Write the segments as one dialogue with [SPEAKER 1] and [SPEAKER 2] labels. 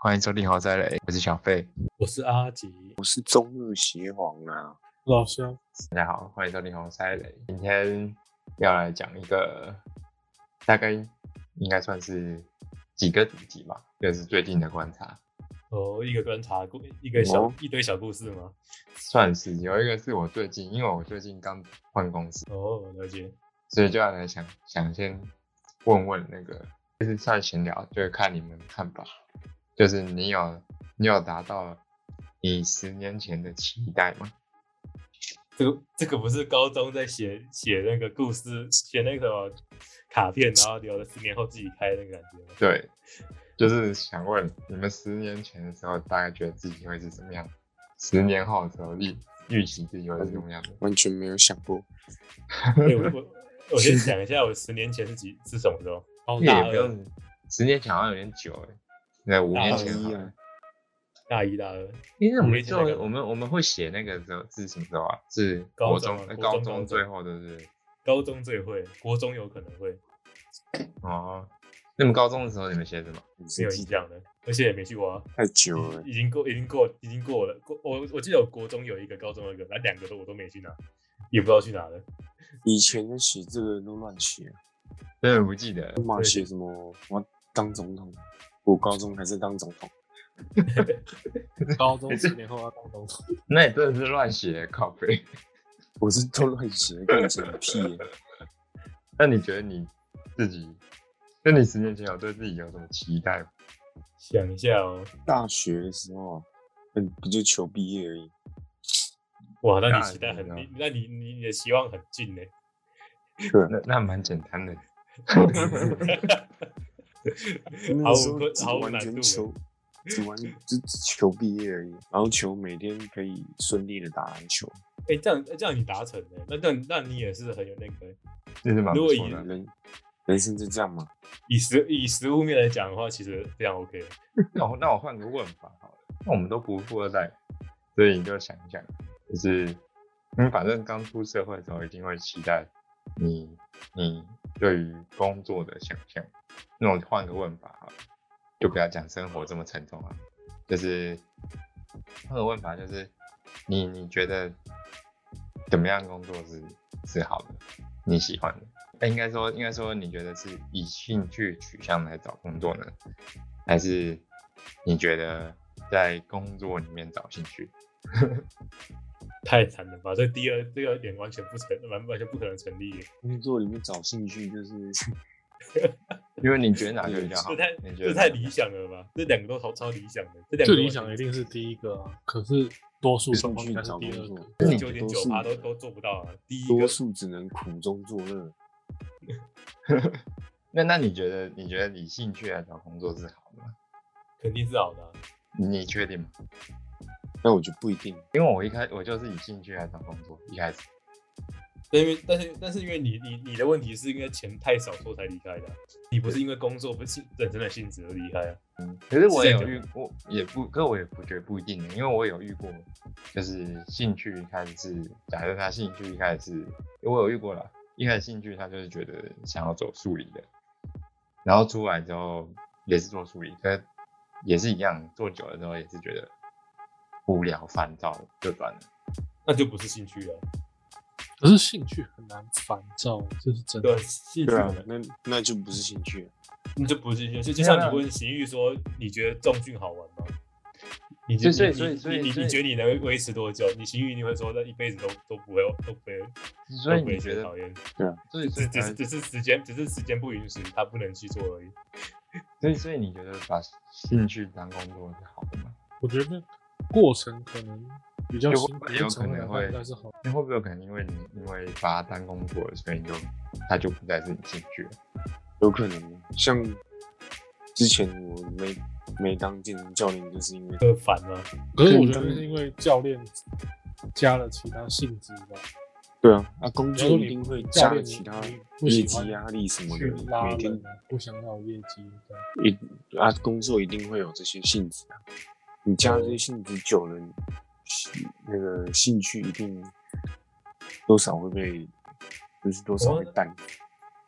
[SPEAKER 1] 欢迎收听《豪宅雷》，我是小费。
[SPEAKER 2] 我是阿吉，
[SPEAKER 3] 是中日协皇啊，
[SPEAKER 2] 老乡，
[SPEAKER 1] 大家哦好，欢迎收听《豪宅雷》。今天要来讲一个，大概应该算是几个主题吧，就是最近的观察，
[SPEAKER 2] 哦，一个观察故，一个小、
[SPEAKER 3] 哦
[SPEAKER 2] 一堆小故事吗？
[SPEAKER 1] 算是有一个是我最近，因为我最近刚换公司，
[SPEAKER 2] 哦，了解。
[SPEAKER 1] 所以就要来想想先问问那个，就是算闲聊，就是看你们看法，就是你有你有达到你十年前的期待吗？
[SPEAKER 2] 这个这个不是高中在写写那个故事，写那个什么卡片，然后留了十年后自己开那个感觉吗？
[SPEAKER 1] 对，
[SPEAKER 2] 嗯
[SPEAKER 1] 就是想问你们十年前的时候，大概觉得自己会是什么样？十年后的时候预预期自己会是什么样的？
[SPEAKER 3] 完全没有想过。
[SPEAKER 2] 哎我我我先讲一下，我十年前是几是什么时候？哦，
[SPEAKER 1] 也
[SPEAKER 2] 大
[SPEAKER 1] 不
[SPEAKER 2] 二，
[SPEAKER 1] 用，十年前好像有点久哎，那五
[SPEAKER 2] 大
[SPEAKER 1] 年
[SPEAKER 2] 二
[SPEAKER 1] 前好
[SPEAKER 3] 一
[SPEAKER 1] 了
[SPEAKER 3] 啊。
[SPEAKER 2] 大一大二。
[SPEAKER 1] 因为我
[SPEAKER 2] 五
[SPEAKER 1] 们
[SPEAKER 2] 年前
[SPEAKER 1] 就
[SPEAKER 2] 那个
[SPEAKER 1] 我们我们会写那个时候是什么时候啊？是
[SPEAKER 2] 高
[SPEAKER 1] 国
[SPEAKER 2] 中
[SPEAKER 1] 中
[SPEAKER 2] 啊
[SPEAKER 1] 呃
[SPEAKER 2] 国中
[SPEAKER 1] 高
[SPEAKER 2] 高
[SPEAKER 1] 中
[SPEAKER 2] 中
[SPEAKER 1] 最后的是
[SPEAKER 2] 高中最会，国中有可能会，
[SPEAKER 1] 哦。那么高中的时候你们写什么？
[SPEAKER 2] 没有印象的，而且也没去挖，
[SPEAKER 3] 太久了，
[SPEAKER 2] 已已经过，已经过，已经过了。过我我记得我国中有一个，高中有一个，那两个都我都没去拿，也不知道去哪了。
[SPEAKER 3] 以前的写这个都乱写，
[SPEAKER 1] 真的不记得了。
[SPEAKER 3] 他妈写什么我要当总统，我高中还是当总 统，
[SPEAKER 4] 高中十年后要当总统，
[SPEAKER 1] 那你真的是乱写靠背。
[SPEAKER 3] 我是都乱写，跟以前有屁啊耶、
[SPEAKER 1] 那你觉得你自己，那你十年前有对自己有什么期待吗？
[SPEAKER 2] 想一下哦，
[SPEAKER 3] 大学的时候啊，嗯，不就求毕业而已，
[SPEAKER 2] 哇，那
[SPEAKER 1] 大
[SPEAKER 2] 你期待很
[SPEAKER 1] 一啊，
[SPEAKER 2] 你那你你你的期望很 近呢。
[SPEAKER 1] 那那蛮简单的。
[SPEAKER 2] 毫
[SPEAKER 3] 那时
[SPEAKER 2] 无
[SPEAKER 3] 候
[SPEAKER 2] 困
[SPEAKER 3] 只
[SPEAKER 2] 毫无
[SPEAKER 3] 完
[SPEAKER 2] 难
[SPEAKER 3] 全
[SPEAKER 2] 度欸
[SPEAKER 3] 求，只完就只求毕业而已，然后求每天可以顺利的打篮球，
[SPEAKER 2] 哎、这样这样你达成了，那那那你也是很有那个。
[SPEAKER 1] 这是蛮不错
[SPEAKER 2] 如果
[SPEAKER 1] 的。啊
[SPEAKER 3] 人人生就这样嘛。
[SPEAKER 2] 以食以食物面来讲的话，其实非常 OK。
[SPEAKER 1] 那我那我换个问法好了，那我们都不富二代，所以你就想一想，就是你反正刚出社会的时候一定会期待你你对于工作的想象。那我换个问法好了，就不要讲生活这么沉重了，啊就是换个问法就是你你觉得怎么样工作是是好的，你喜欢的？哎，应该说，应该说，你觉得是以兴趣取向来找工作呢，还是你觉得在工作里面找兴趣？
[SPEAKER 2] 太惨了吧！这第二这个点完全不成，完完全不可能成立耶。
[SPEAKER 3] 工作里面找兴趣就是
[SPEAKER 1] 因为你觉得哪个比较好
[SPEAKER 2] 这？太
[SPEAKER 1] 你觉
[SPEAKER 2] 这
[SPEAKER 1] 得
[SPEAKER 2] 太理想了吧？这两个都超超理想的，这两个
[SPEAKER 4] 最理想的一定是第一个啊，可是多数状况应该是第二
[SPEAKER 3] 兴趣找
[SPEAKER 4] 个
[SPEAKER 3] 工。作
[SPEAKER 1] 那你
[SPEAKER 2] 九点九八都都做不到啊。第一
[SPEAKER 3] 多
[SPEAKER 2] 个
[SPEAKER 3] 数只能苦中作乐。
[SPEAKER 1] 那那你觉得你觉得以兴趣来找工作是好的吗？
[SPEAKER 2] 肯定是好的啊、
[SPEAKER 1] 你确定吗？
[SPEAKER 3] 那我就不一定，
[SPEAKER 1] 因为我一开我就是以兴趣来找工作，一开始
[SPEAKER 2] 但因为但是但是因为你你你的问题是因为钱太少所以才离开的啊、你不是因为工作不是本身的性质而离开啊。
[SPEAKER 1] 可是
[SPEAKER 2] 是
[SPEAKER 1] 我
[SPEAKER 2] 这
[SPEAKER 1] 也
[SPEAKER 2] 样
[SPEAKER 1] 有
[SPEAKER 2] 讲
[SPEAKER 1] 遇，我也不，可我也不觉得不一定，因为我有遇过，就是兴趣一开始是，假设他兴趣一开始是，我有遇过了，一开始兴趣他就是觉得想要走数理的，然后出来之后也是做数理，可是也是一样，做久了之后也是觉得无聊烦躁就转了。
[SPEAKER 2] 那就不是兴趣了，
[SPEAKER 4] 可是兴趣很难烦躁，这是真的
[SPEAKER 2] 对。啊，兴趣
[SPEAKER 3] 对啊
[SPEAKER 2] 很难，
[SPEAKER 3] 那那就不是兴趣。
[SPEAKER 2] 那就不是兴趣。就就
[SPEAKER 1] 没有
[SPEAKER 2] 像
[SPEAKER 1] 没
[SPEAKER 2] 你
[SPEAKER 1] 有
[SPEAKER 2] 问邢玉说，你觉得重训好玩吗？你
[SPEAKER 1] 所
[SPEAKER 2] 觉
[SPEAKER 1] 以所以
[SPEAKER 2] 你
[SPEAKER 1] 所以所以
[SPEAKER 2] 你你
[SPEAKER 1] 所以
[SPEAKER 2] 你觉得你能维持多久？你邢玉一定会说，那一辈子都都不会都不会，
[SPEAKER 1] 所以
[SPEAKER 2] 都不
[SPEAKER 1] 你
[SPEAKER 2] 会
[SPEAKER 1] 觉
[SPEAKER 2] 觉
[SPEAKER 1] 得
[SPEAKER 2] 讨，厌，
[SPEAKER 1] 所以所以
[SPEAKER 2] 只只
[SPEAKER 1] 才
[SPEAKER 2] 是只是时间只是时间不允许，他不能去做而已。
[SPEAKER 1] 所以所以你觉得把兴趣当工作是好的吗？
[SPEAKER 4] 我觉得过程可能比较
[SPEAKER 1] 就
[SPEAKER 4] 辛苦，
[SPEAKER 1] 会有可能
[SPEAKER 4] 成
[SPEAKER 1] 会
[SPEAKER 4] 本应该是好。
[SPEAKER 1] 那会不会有可能因为你因为把它当工作了，所以你就它就不再是你兴趣了？
[SPEAKER 3] 有可能像之前我没没当健身教练，就是因为
[SPEAKER 2] 这烦吗？
[SPEAKER 4] 可是我觉得是因为教练加了其他性质吧，
[SPEAKER 3] 对啊，啊工
[SPEAKER 4] 比
[SPEAKER 3] 作
[SPEAKER 4] 如说
[SPEAKER 3] 一
[SPEAKER 4] 你
[SPEAKER 3] 定会
[SPEAKER 4] 教
[SPEAKER 3] 加
[SPEAKER 4] 练
[SPEAKER 3] 了其他
[SPEAKER 4] 你你不
[SPEAKER 3] 业
[SPEAKER 4] 喜
[SPEAKER 3] 绩
[SPEAKER 4] 欢
[SPEAKER 3] 压力什么
[SPEAKER 4] 去
[SPEAKER 3] 的，
[SPEAKER 4] 拉
[SPEAKER 3] 每天
[SPEAKER 4] 人啊，不想要有业绩这样。
[SPEAKER 3] 一啊工作一定会有这些性质啊。你加了这
[SPEAKER 4] 嗯
[SPEAKER 3] 些性质久了，你那个兴趣一定多少会被，就是多少会淡。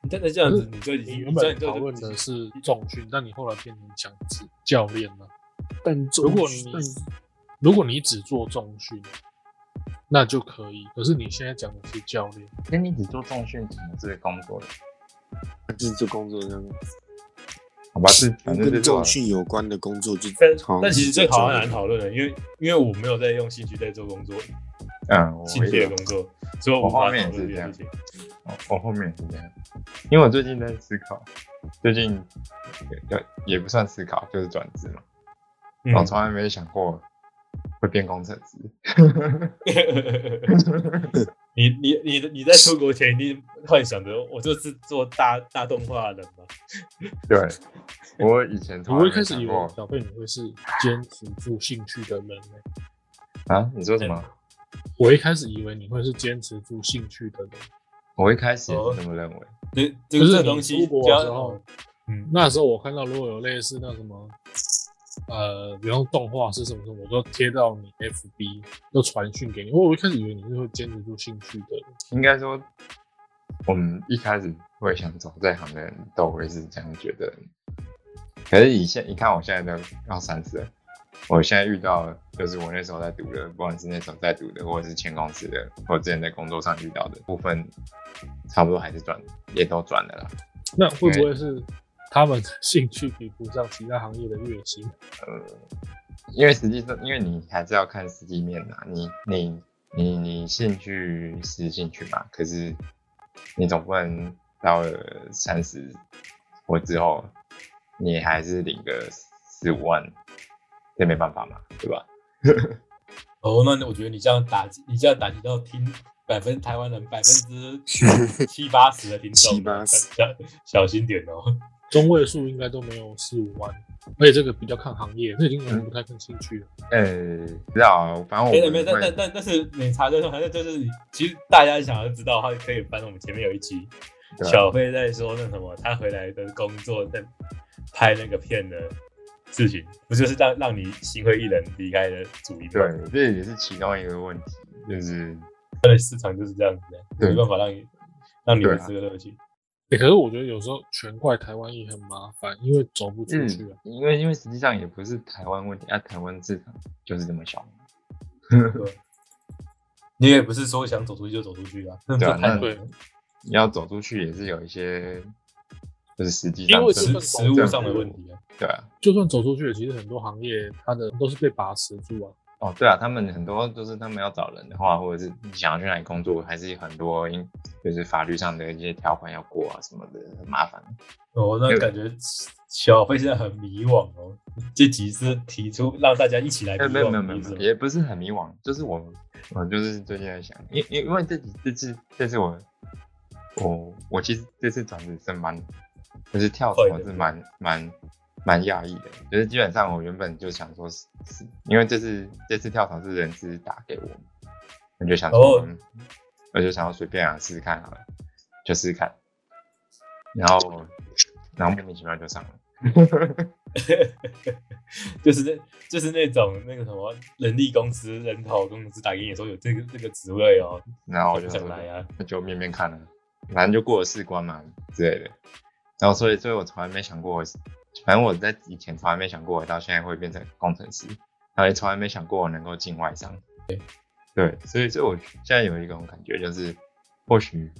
[SPEAKER 2] 你真的这样子，你就已
[SPEAKER 4] 你
[SPEAKER 2] 经
[SPEAKER 4] 原
[SPEAKER 2] 你知道
[SPEAKER 4] 本
[SPEAKER 2] 你
[SPEAKER 4] 讨论
[SPEAKER 2] 就
[SPEAKER 4] 的是重训，但你后来变成讲指教练了，
[SPEAKER 3] 但中
[SPEAKER 4] 如果你
[SPEAKER 3] 但
[SPEAKER 4] 如果你只做重训，那就可以。可是你现在讲的是教练，
[SPEAKER 1] 那你只做重训，只能是工作的，
[SPEAKER 3] 但是这工作上面
[SPEAKER 1] 好吧？是反正
[SPEAKER 3] 跟
[SPEAKER 1] 是做
[SPEAKER 3] 重训有关的工作就
[SPEAKER 2] 但
[SPEAKER 3] 好像
[SPEAKER 2] 但其实
[SPEAKER 3] 是
[SPEAKER 2] 这个好像
[SPEAKER 3] 教练
[SPEAKER 2] 难讨论的，因为因为我没有在用兴趣在做工作，
[SPEAKER 1] 嗯，我
[SPEAKER 2] 兴趣的
[SPEAKER 1] 也
[SPEAKER 2] 工作，所以我无
[SPEAKER 1] 我
[SPEAKER 2] 法
[SPEAKER 1] 后面
[SPEAKER 2] 讨
[SPEAKER 1] 也是
[SPEAKER 2] 论这
[SPEAKER 1] 这
[SPEAKER 2] 件
[SPEAKER 1] 样
[SPEAKER 2] 事情。
[SPEAKER 1] 我我后面也是这样，因为我最近在思考，最近也也不算思考，就是转职嘛。
[SPEAKER 2] 嗯
[SPEAKER 1] 我从来没想过会变工程师，
[SPEAKER 2] 你你你你在出国前一定幻想着我就是做大大动画的嘛？
[SPEAKER 1] 对我以前从
[SPEAKER 4] 我
[SPEAKER 1] 来
[SPEAKER 4] 一
[SPEAKER 1] 没
[SPEAKER 4] 开始
[SPEAKER 1] 想
[SPEAKER 4] 以为
[SPEAKER 1] 过
[SPEAKER 4] 小贝你会是坚持住兴趣的人呢、
[SPEAKER 1] 啊，你说什
[SPEAKER 4] 嗯
[SPEAKER 1] 么？
[SPEAKER 4] 我一开始以为你会是坚持住兴趣的人，
[SPEAKER 1] 我一开始也
[SPEAKER 4] 哦
[SPEAKER 1] 是这么认为，
[SPEAKER 2] 这这
[SPEAKER 4] 就
[SPEAKER 2] 个
[SPEAKER 4] 是
[SPEAKER 2] 这
[SPEAKER 4] 你
[SPEAKER 2] 东西
[SPEAKER 4] 出国
[SPEAKER 2] 不要
[SPEAKER 4] 的时候，
[SPEAKER 2] 嗯，
[SPEAKER 4] 那时候我看到如果有类似那什么，呃，比方动画是什么什么，我都贴到你 FB，都传讯给你。我我一开始以为你是会坚持住兴趣的人，
[SPEAKER 1] 应该说我们一开始会想走这行的人都会是这样觉得。可是以现你看我现在都要三十了，我现在遇到的就是我那时候在读的，不管是那时候在读的，或者是前公司的，或者之前在工作上遇到的部分，差不多还是转也都转了啦。
[SPEAKER 4] 那会
[SPEAKER 2] 哎
[SPEAKER 4] 不会是他们的兴趣比不上其他行业的月薪？
[SPEAKER 1] 因为实际上，因为你还是要看实际面呐、你你你你兴趣是兴趣嘛，可是你总不能到了三十或之后，你还是领个十五万，这没办法嘛，对吧？
[SPEAKER 2] 哦，那我觉得你这样打击，你这样打击到听百分台湾人百分之七八十的听众，
[SPEAKER 3] 七八十
[SPEAKER 2] 小小心点哦。
[SPEAKER 4] 中位数应该都没有四五万，而且这个比较看行业，这已经有点不太看兴趣了。
[SPEAKER 1] 呃，不知道啊，反正
[SPEAKER 2] 哎、
[SPEAKER 1] 我
[SPEAKER 2] 没
[SPEAKER 1] 们
[SPEAKER 2] 有，但但
[SPEAKER 1] 会
[SPEAKER 2] 但但是你查这种，反正就是你其实大家想要知道的话，可以翻我们前面有一集，
[SPEAKER 1] 对啊
[SPEAKER 2] 小飞在说那什么，他回来的工作在拍那个片的事情，不就是让让你心灰意冷离开的主因吗？
[SPEAKER 1] 对，这也是其中一个问题，就是
[SPEAKER 2] 对，市场就是这样子的，
[SPEAKER 1] 对
[SPEAKER 2] 没办法让你让你
[SPEAKER 1] 对
[SPEAKER 2] 有
[SPEAKER 1] 啊
[SPEAKER 2] 这个乐趣。
[SPEAKER 4] 欸可是我觉得有时候全怪台湾也很麻烦，因为走不出去啊。
[SPEAKER 1] 因为因为实际上也不是台湾问题啊，台湾市场就是这么小嘛，
[SPEAKER 2] 对你也不是说想走出去就走出去啊，那
[SPEAKER 1] 对啊
[SPEAKER 2] 这太难
[SPEAKER 4] 那嗯
[SPEAKER 2] 了
[SPEAKER 1] 你要走出去也是有一些，就是实际
[SPEAKER 4] 因
[SPEAKER 1] 上
[SPEAKER 4] 为
[SPEAKER 1] 真
[SPEAKER 4] 这
[SPEAKER 1] 的
[SPEAKER 2] 食
[SPEAKER 4] 份
[SPEAKER 2] 食物上的问题啊。
[SPEAKER 1] 对啊，
[SPEAKER 4] 就算走出去，其实很多行业它的都是被把持住啊。
[SPEAKER 1] 哦，对啊，他们很多就是他们要找人的话，或者是你想要去哪里工作，还是很多因就是法律上的一些条款要过啊什么的，很麻烦。
[SPEAKER 2] 我哦那
[SPEAKER 1] 对
[SPEAKER 2] 感觉小飞现在很迷惘哦，这集是提出让大家一起来迷
[SPEAKER 1] 哎，没有没有
[SPEAKER 2] 惘
[SPEAKER 1] 没
[SPEAKER 2] 的
[SPEAKER 1] 有
[SPEAKER 2] 意
[SPEAKER 1] 没
[SPEAKER 2] 思
[SPEAKER 1] 有，
[SPEAKER 2] 吗，
[SPEAKER 1] 也不是很迷惘，就是我我就是最近在想，因因因为这几这次这次我我我其实这次转职是蛮就是跳槽
[SPEAKER 2] 快的
[SPEAKER 1] 是蛮蛮蛮讶异的，就是基本上我原本就想说是，是因为这次这次跳槽是人资打给我，我就想说，
[SPEAKER 2] 哦
[SPEAKER 1] 嗯我就想要随便啊试试看好了，就试试看，然后然后莫名其妙就上了，
[SPEAKER 2] 就是那，就是那种那个什么人力公司、人头公司打给你说有这个这个职位哦，
[SPEAKER 1] 然后我就
[SPEAKER 2] 想
[SPEAKER 1] 想
[SPEAKER 2] 不想
[SPEAKER 1] 说
[SPEAKER 2] 来啊？
[SPEAKER 1] 那就面面看了，反正就过了四关嘛之类的。然后所以，所以我从来没想过我，反正我在以前从来没想过我到现在会变成工程师，然后也从来没想过我能够进外商。对，所以所以我现在有一种感觉，就是或许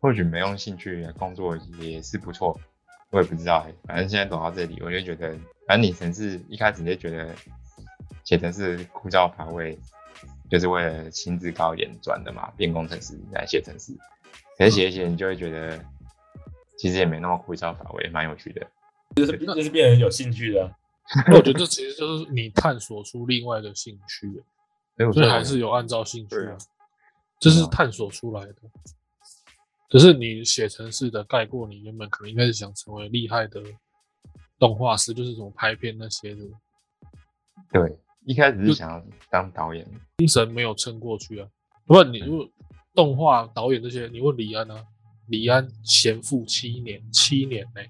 [SPEAKER 1] 或许没用兴趣来工作也是不错，我也不知道欸、反正现在走到这里，我就觉得，反正你城市一开始就觉得写程式枯燥乏味，就是为了薪资高一点转的嘛，变工程师来写程式，可是写一写
[SPEAKER 4] 嗯
[SPEAKER 1] 你就会觉得，其实也没那么枯燥乏味，蛮有趣的。
[SPEAKER 2] 就是就是变成有兴趣的啊、
[SPEAKER 4] 那我觉得这其实就是你探索出另外的兴趣了，
[SPEAKER 1] 所以我
[SPEAKER 4] 所以
[SPEAKER 1] 说
[SPEAKER 4] 还是有按照兴趣
[SPEAKER 3] 对
[SPEAKER 4] 啊嗯
[SPEAKER 3] 啊，
[SPEAKER 4] 这是探索出来的。只是你写程式的概括，你原本可能应该是想成为厉害的动画师，就是什么拍片那些的，
[SPEAKER 1] 对，一开始是想要当导演，
[SPEAKER 4] 精神没有撑过去啊。不过你
[SPEAKER 3] 嗯
[SPEAKER 4] 如果动画导演这些，你问李安啊，李安闲赋七年，七年呢、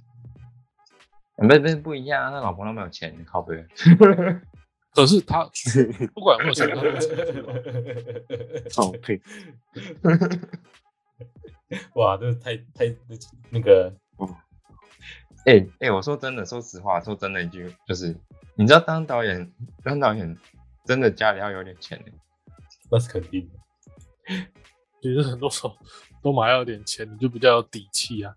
[SPEAKER 1] 那那不一样啊，那老婆那么有钱，靠背。
[SPEAKER 4] 可是 他不管有没有成功，
[SPEAKER 3] 好配，
[SPEAKER 2] 哇，这太太那个
[SPEAKER 1] 哎、哎、我说真的，说实话，说真的一句，就是你知道当导演，当导演真的家里要有点钱欸
[SPEAKER 2] 那是肯定的。
[SPEAKER 4] 其实很多时候多买要点钱，你就比较有底气啊。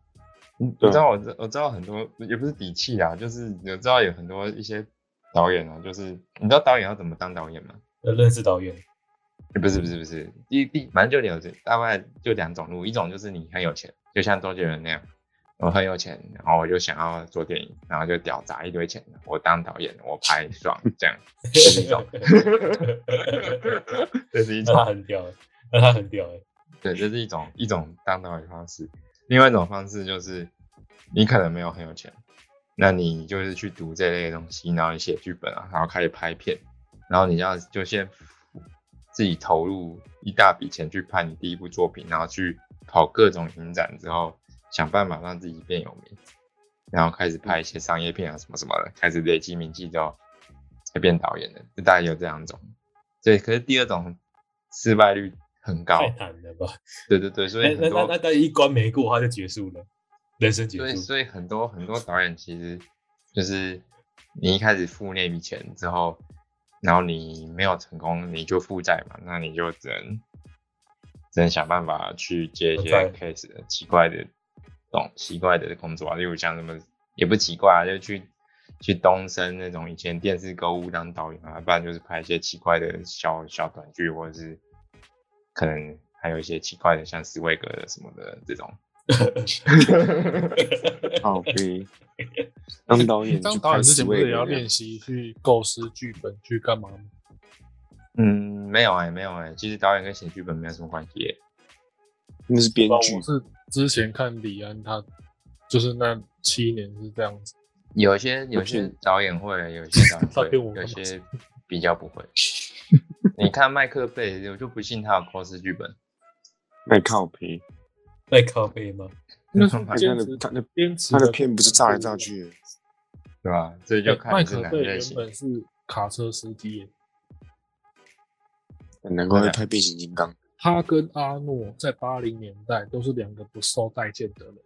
[SPEAKER 1] 嗯我知道，我知我知道很多，也不是底气啦，就是我知道有很多一些导演啊，就是你知道导演要怎么当导演吗？
[SPEAKER 2] 要认识导演，
[SPEAKER 1] 欸不是不是不是，第第反正就两大概就两种路，一种就是你很有钱，就像周杰伦那样，我很有钱，然后我就想要做电影，然后就屌砸一堆钱，我当导演，我拍爽这样，这是一种， 这是一
[SPEAKER 2] 那
[SPEAKER 1] 种
[SPEAKER 2] 他，很屌欸，那他很屌哎。
[SPEAKER 1] 对，这是一种一种当导演方式。另外一种方式就是，你可能没有很有钱，那你就是去读这类的东西，然后你写剧本啊，然后开始拍片，然后你要就先自己投入一大笔钱去拍你第一部作品，然后去跑各种影展之后，想办法让自己变有名，然后开始拍一些商业片啊什么什么的，开始累积名气之后，才变导演的。就大概有这两种。对，可是第二种失败率很高，
[SPEAKER 2] 太难了吧？
[SPEAKER 1] 对对对，所
[SPEAKER 2] 那
[SPEAKER 1] 以很
[SPEAKER 2] 那那那
[SPEAKER 1] 多，
[SPEAKER 2] 那一关没过，他就结束了，人生结
[SPEAKER 1] 所以
[SPEAKER 2] 束。
[SPEAKER 1] 所以很多很多导演其实就是你一开始付那笔钱之后，然后你没有成功，你就负债嘛，那你就只能只能想办法去接一些
[SPEAKER 2] 负债
[SPEAKER 1] case 的奇怪的懂奇怪的工作啊，例如像什么也不奇怪啊，就去去东升那种以前电视购物当导演啊，不然就是拍一些奇怪的小小短剧，或者是可能还有一些奇怪的像斯威格的什么的这种。
[SPEAKER 3] 好 呗。当导演
[SPEAKER 4] 当
[SPEAKER 3] 就
[SPEAKER 4] 导演
[SPEAKER 3] 拍
[SPEAKER 4] 之前
[SPEAKER 3] 十
[SPEAKER 4] 不
[SPEAKER 3] 位
[SPEAKER 4] 是也要练习去构思剧本去干嘛吗？
[SPEAKER 1] 嗯，没有哎、没有哎、其实导演跟写剧本没有什么关系、欸。
[SPEAKER 3] 那是编
[SPEAKER 4] 我
[SPEAKER 3] 剧，
[SPEAKER 4] 是之前看李安他就是那七年是这样子，
[SPEAKER 1] 有些有些导演会，有些 导演
[SPEAKER 4] 他给我
[SPEAKER 1] 会，
[SPEAKER 4] 干
[SPEAKER 1] 有
[SPEAKER 4] 嘛
[SPEAKER 1] 些比较不会。 你看麦克贝，我就不信他有构思剧本。
[SPEAKER 3] 卖靠呗。
[SPEAKER 2] 卖咖啡吗？
[SPEAKER 4] 那
[SPEAKER 1] 是
[SPEAKER 3] 他
[SPEAKER 1] 蛮
[SPEAKER 4] 坚
[SPEAKER 3] 的
[SPEAKER 4] 持
[SPEAKER 3] 他的
[SPEAKER 4] 坚持
[SPEAKER 3] 他的片不是炸来炸，去的，
[SPEAKER 1] 对吧？所以就看
[SPEAKER 4] 哎麦
[SPEAKER 1] 你是
[SPEAKER 4] 克
[SPEAKER 1] 哪一
[SPEAKER 4] 贝
[SPEAKER 1] 类
[SPEAKER 4] 原
[SPEAKER 1] 型。
[SPEAKER 4] 本是卡车司机耶，
[SPEAKER 3] 难
[SPEAKER 4] 啊
[SPEAKER 3] 怪会拍变形金刚。
[SPEAKER 4] 他跟阿诺在八零年代都是两个不受待见的人，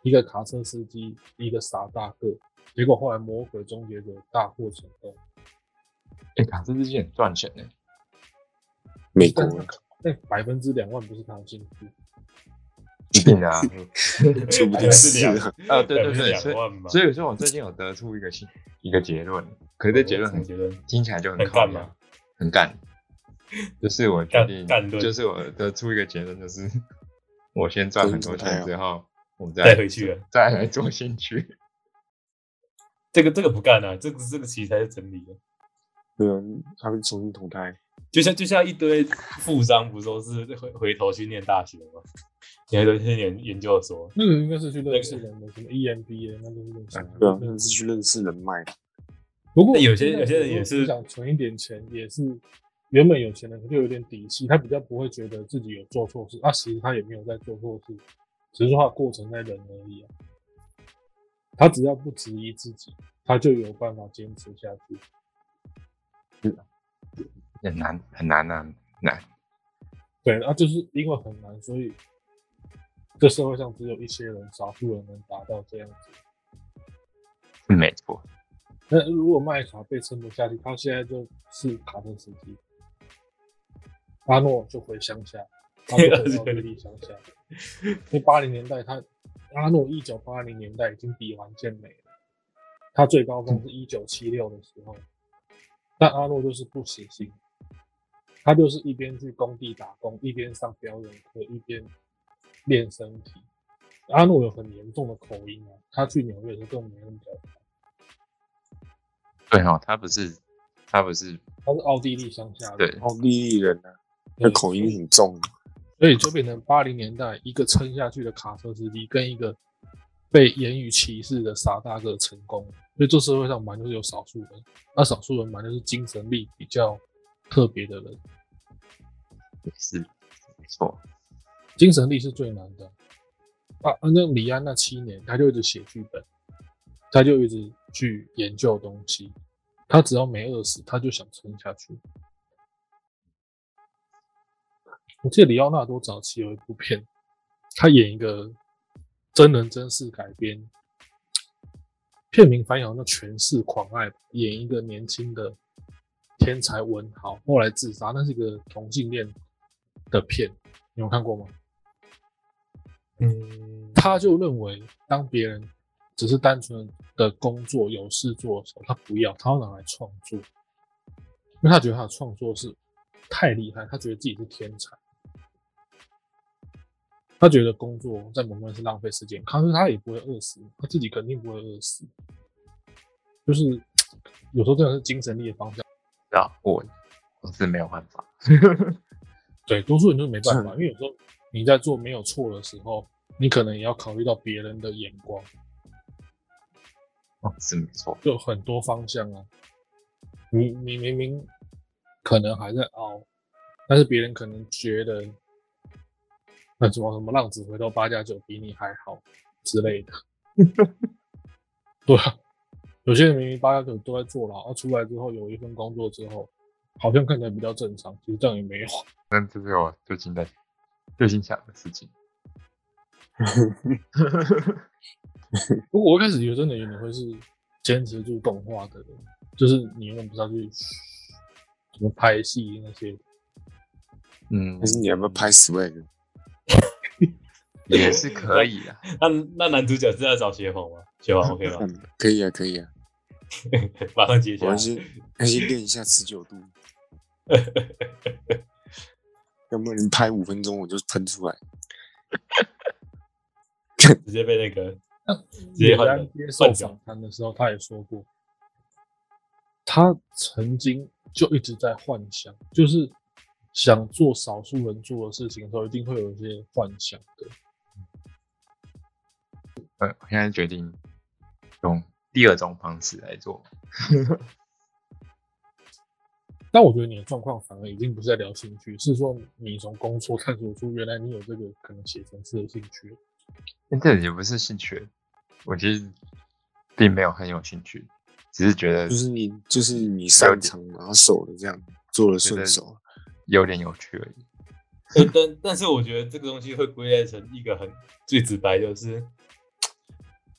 [SPEAKER 4] 一个卡车司机，一个傻大个。结果后来《魔鬼终结者》大获成功，
[SPEAKER 1] 哎、卡车之前赚钱欸呢、
[SPEAKER 3] 美国
[SPEAKER 4] 那哎百分之两万不是他的幸福，
[SPEAKER 1] 一定的啊。
[SPEAKER 3] 说不定是
[SPEAKER 2] 百分之
[SPEAKER 3] 啊，
[SPEAKER 1] 啊，对对对，
[SPEAKER 2] 两
[SPEAKER 1] 所以
[SPEAKER 2] 万嘛，
[SPEAKER 1] 所以说我最近有得出一个新一个结论，可是这结论很
[SPEAKER 2] 结论
[SPEAKER 1] 听起来就很
[SPEAKER 2] 很
[SPEAKER 1] 靠
[SPEAKER 2] 干
[SPEAKER 1] 腰
[SPEAKER 2] 嘛，
[SPEAKER 1] 很干。就是我决
[SPEAKER 2] 干
[SPEAKER 1] 定
[SPEAKER 2] 干，论
[SPEAKER 1] 就是我得出一个结论，就是我先赚很多钱之后，我再
[SPEAKER 2] 带回去了。
[SPEAKER 1] 再来做兴趣。
[SPEAKER 2] 这个这个不干啊，这个这个其实才是真理的。
[SPEAKER 3] 对啊，他会重新投胎。
[SPEAKER 2] 就像就像一堆富商，不是都是回回头去念大学吗？然后都去研研究所，
[SPEAKER 4] 那个应该是去认识人的，什么 E EMBA 那都是认识人的。
[SPEAKER 3] 对啊，那是去认识人脉。
[SPEAKER 4] 不过
[SPEAKER 2] 那有些
[SPEAKER 4] 现在
[SPEAKER 2] 有些人也
[SPEAKER 4] 如果
[SPEAKER 2] 是
[SPEAKER 4] 想存一点钱，也是原本有钱人就有点底气，他比较不会觉得自己有做错事，啊，其实他也没有在做错事，只是说他的过程在忍而已啊。他只要不质疑自己，他就有办法坚持下去。
[SPEAKER 1] 很难很难啊，很难。
[SPEAKER 4] 对，啊，就是因为很难，所以这社会上只有一些人，少数人能达到这样子。
[SPEAKER 1] 没错，
[SPEAKER 4] 那如果麦卡被撑不下去，他现在就是卡车司机，阿诺就回乡下，他就回到弟弟乡下。因为八零年代他，阿诺一九八零年代已经比完健美了，他最高峰是一九七六的时候，但阿诺就是不死心，他就是一边去工地打工，一边上表演课，一边练身体。阿诺有很严重的口音啊，他去纽约的时候更没那么了
[SPEAKER 1] 对哦，他不是他不是
[SPEAKER 4] 他是奥地利乡下
[SPEAKER 1] 对
[SPEAKER 4] 人，
[SPEAKER 3] 奥地利人啊，
[SPEAKER 4] 对
[SPEAKER 3] 那口音很重。啊
[SPEAKER 4] 所以就变成八零年代一个撑下去的卡车司机跟一个被言语歧视的傻大个成功，所以这社会上本来就是有少数人，那少数人本来就是精神力比较特别的人，
[SPEAKER 1] 也是没错。
[SPEAKER 4] 精神力是最难的。啊，反正李安那七年，他就一直写剧本，他就一直去研究东西，他只要没饿死，他就想撑下去。我记得里奥纳多早期有一部片，他演一个真人真事改编片名反咬那全是狂爱吧，演一个年轻的天才文豪，后来自杀，那是一个同性恋的片，你有看过吗？
[SPEAKER 2] 嗯，
[SPEAKER 4] 他就认为，当别人只是单纯的工作有事做的时候，他不要，他要拿来创作，因为他觉得他的创作是太厉害，他觉得自己是天才。他觉得工作在某面是浪费时间，可是他也不会饿死，他自己肯定不会饿死。就是有时候真的是精神力的方向。
[SPEAKER 1] 啊，我我是没有办法。
[SPEAKER 4] 对，多数人就是没办法，因为有时候你在做没有错的时候，你可能也要考虑到别人的眼光，
[SPEAKER 1] 哦，是没错，
[SPEAKER 4] 就很多方向啊。你你明明可能还在熬，但是别人可能觉得，那什么什么浪子回头八加九比你还好之类的。 对啊，有些人明明八加九都在坐牢，啊，出来之后有一份工作之后，好像看起来比较正常，其实这样也没有。
[SPEAKER 1] 但这是我最近在最近想的事情。
[SPEAKER 4] 不过我一开始觉得真的有点会是坚持住动画的人，就是你永远不知道去什么拍戏那些，
[SPEAKER 1] 嗯
[SPEAKER 3] 还，是你要不要拍 swag？
[SPEAKER 1] 也是可以啊的。
[SPEAKER 2] 那那男主角是要找雪红吗？雪红 OK 吗？
[SPEAKER 3] 嗯，可以啊，可以啊，
[SPEAKER 2] 马上接
[SPEAKER 3] 我
[SPEAKER 2] 下来
[SPEAKER 3] 还。是还是练一下持久度，要不然你拍五分钟我就喷出来。
[SPEAKER 2] 直接被那个直接
[SPEAKER 4] 李
[SPEAKER 2] 换
[SPEAKER 4] 安
[SPEAKER 2] 人
[SPEAKER 4] 接受访谈的时候，他也说过，他曾经就一直在幻想，就是想做少数人做的事情的时候，一定会有一些幻想的。
[SPEAKER 1] 呃，我现在决定用第二种方式来做。
[SPEAKER 4] 但我觉得你的状况反而已经不是在聊兴趣，是说你从工作探索出原来你有这个可能写程式的兴趣。
[SPEAKER 1] 但这也不是兴趣，我其实并没有很有兴趣，只是觉得
[SPEAKER 3] 就是你就是你擅长然后手的这样做的顺手，啊
[SPEAKER 1] 有点有趣而已。
[SPEAKER 2] 呃但但是我觉得这个东西会归类成一个很最直白，就是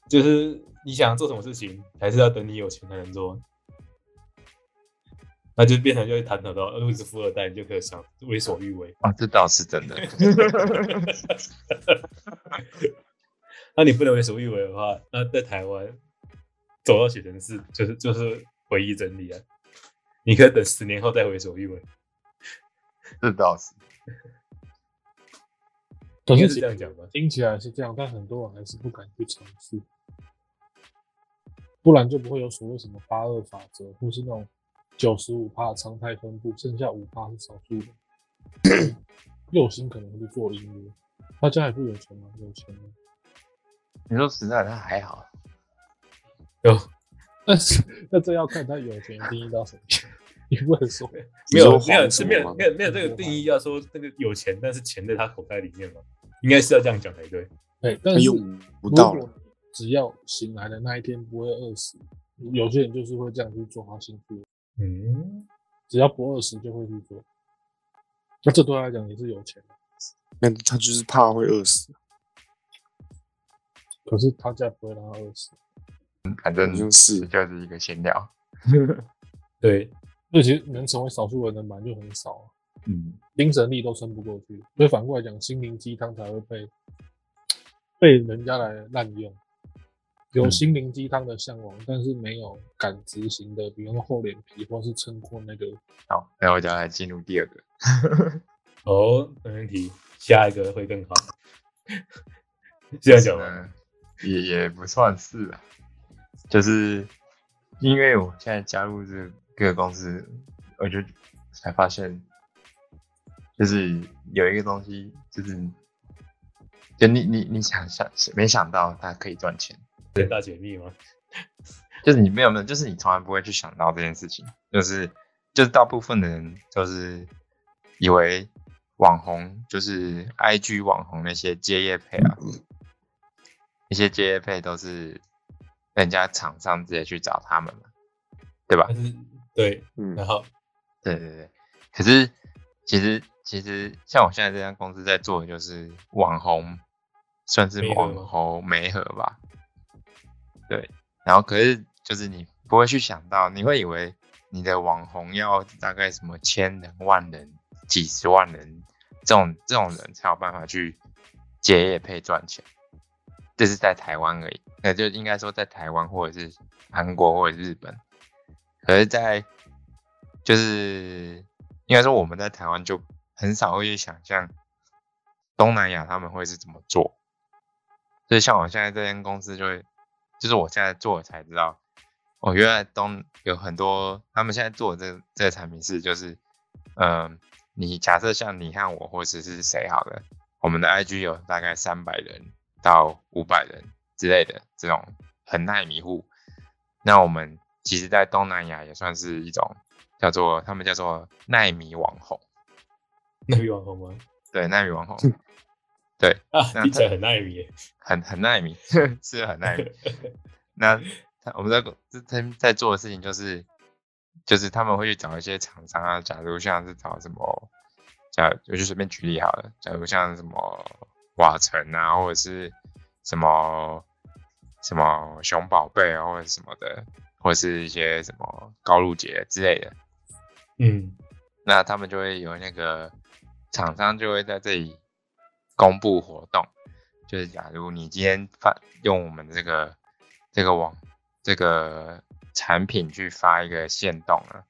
[SPEAKER 2] 就是你想做什么事情，还是要等你有钱才能做。那就变成就会谈讨到，呃如果你是富二代，你就可以想为所欲为。
[SPEAKER 1] 啊，这倒是真的。
[SPEAKER 2] 那你不能为所欲为的话，那在台湾走到写程式就是就是唯一真理啊！你可以等十年后再为所欲为，
[SPEAKER 1] 这倒是，
[SPEAKER 4] 可
[SPEAKER 2] 应该
[SPEAKER 4] 是
[SPEAKER 2] 是这样讲吧？
[SPEAKER 4] 听起来是这样，但很多人还是不敢去尝试，不然就不会有所谓什么八二法则，或是那种九十五帕常态分布，剩下五帕是少数人。右心可能会去做音乐，他家里不有钱吗？有钱啊
[SPEAKER 1] 你说实在，他还好，
[SPEAKER 2] 有
[SPEAKER 4] 但是那这要看他有钱定义到什么样，你不能说
[SPEAKER 2] 没有
[SPEAKER 3] 你说
[SPEAKER 2] 没有
[SPEAKER 3] 黄什
[SPEAKER 2] 没
[SPEAKER 3] 么
[SPEAKER 2] 有
[SPEAKER 3] 吗
[SPEAKER 2] 没有没有这个定义要说那个有钱，但是钱在他口袋里面嘛，应该是要这样讲才对。
[SPEAKER 4] 对，
[SPEAKER 3] 他
[SPEAKER 4] 哎但是
[SPEAKER 3] 用不到
[SPEAKER 4] 如果
[SPEAKER 3] 了。
[SPEAKER 4] 你只要醒来的那一天不会饿死，有些人就是会这样去做他幸福。
[SPEAKER 2] 嗯，
[SPEAKER 4] 只要不饿死就会去做。那这对他来讲也是有钱的，
[SPEAKER 3] 那他就是怕会饿死，
[SPEAKER 4] 可是他家不会让他饿死。
[SPEAKER 1] 反
[SPEAKER 3] 好
[SPEAKER 1] 正
[SPEAKER 3] 像
[SPEAKER 1] 这
[SPEAKER 3] 是
[SPEAKER 1] 嗯就是一个闲聊。
[SPEAKER 2] 对，
[SPEAKER 4] 所以其实能成为少数人的蛮就很少、啊，
[SPEAKER 1] 嗯，
[SPEAKER 4] 精神力都撑不过去。所以反过来讲，心灵鸡汤才会被被人家来滥用。有
[SPEAKER 1] 嗯
[SPEAKER 4] 心灵鸡汤的向往，但是没有敢执行的，比方说厚脸皮，或是撑过那个。
[SPEAKER 1] 好，那我就要来进入第二个。
[SPEAKER 2] 哦，没问题，下一个会更好。这样讲吗？
[SPEAKER 1] 嗯，也也不算是吧，就是因为我现在加入这个公司，我就才发现，就是有一个东西，就是就你你你想想没想到它可以赚钱，
[SPEAKER 2] 人大解密吗？
[SPEAKER 1] 就是你没有没有，就是你从来不会去想到这件事情，就是就是大部分的人都是以为网红就是 IG 网红那些接业配啊，那些接业配都是人家厂商直接去找他们嘛，对吧
[SPEAKER 2] 但？是对，
[SPEAKER 3] 嗯，
[SPEAKER 2] 然后
[SPEAKER 1] 对对对，可是其实其实像我现在这家公司在做的就是网红，算是
[SPEAKER 2] 媒合
[SPEAKER 1] 网
[SPEAKER 2] 吗
[SPEAKER 1] 红媒合吧。对，然后可是就是你不会去想到，你会以为你的网红要大概什么千人、万人、几十万人这种这种人才有办法去接业配赚钱，这是在台湾而已。那就应该说在台湾或者是韩国或者是日本，可是在就是应该说我们在台湾就很少会去想象东南亚他们会是怎么做。所以像我现在这间公司就会，就是我现在做的才知道，哦，原来东有很多他们现在做的这这个产品是就是，嗯、你假设像你和我或者是谁好了，我们的 IG 有大概三百人到五百人之类的这种很耐迷糊，那我们其实在东南亚也算是一种叫做他们叫做耐米网红，
[SPEAKER 2] 那比网红吗？
[SPEAKER 1] 对，耐米网红
[SPEAKER 2] 啊，
[SPEAKER 1] 那
[SPEAKER 2] 听起来很耐米耶。
[SPEAKER 1] 很很耐米，是很耐米。那他我们在这他在做的事情就是，就是他们会去找一些厂商啊，假如像是找什么，假我就随便举例好了，假如像什么瓦城啊，或者是什么什么熊宝贝啊，或者什么的，或者是一些什么高露洁之类的，
[SPEAKER 2] 嗯，
[SPEAKER 1] 那他们就会有那个厂商就会在这里公布活动，就是假如你今天发用我们这个这个网这个产品去发一个限动啊，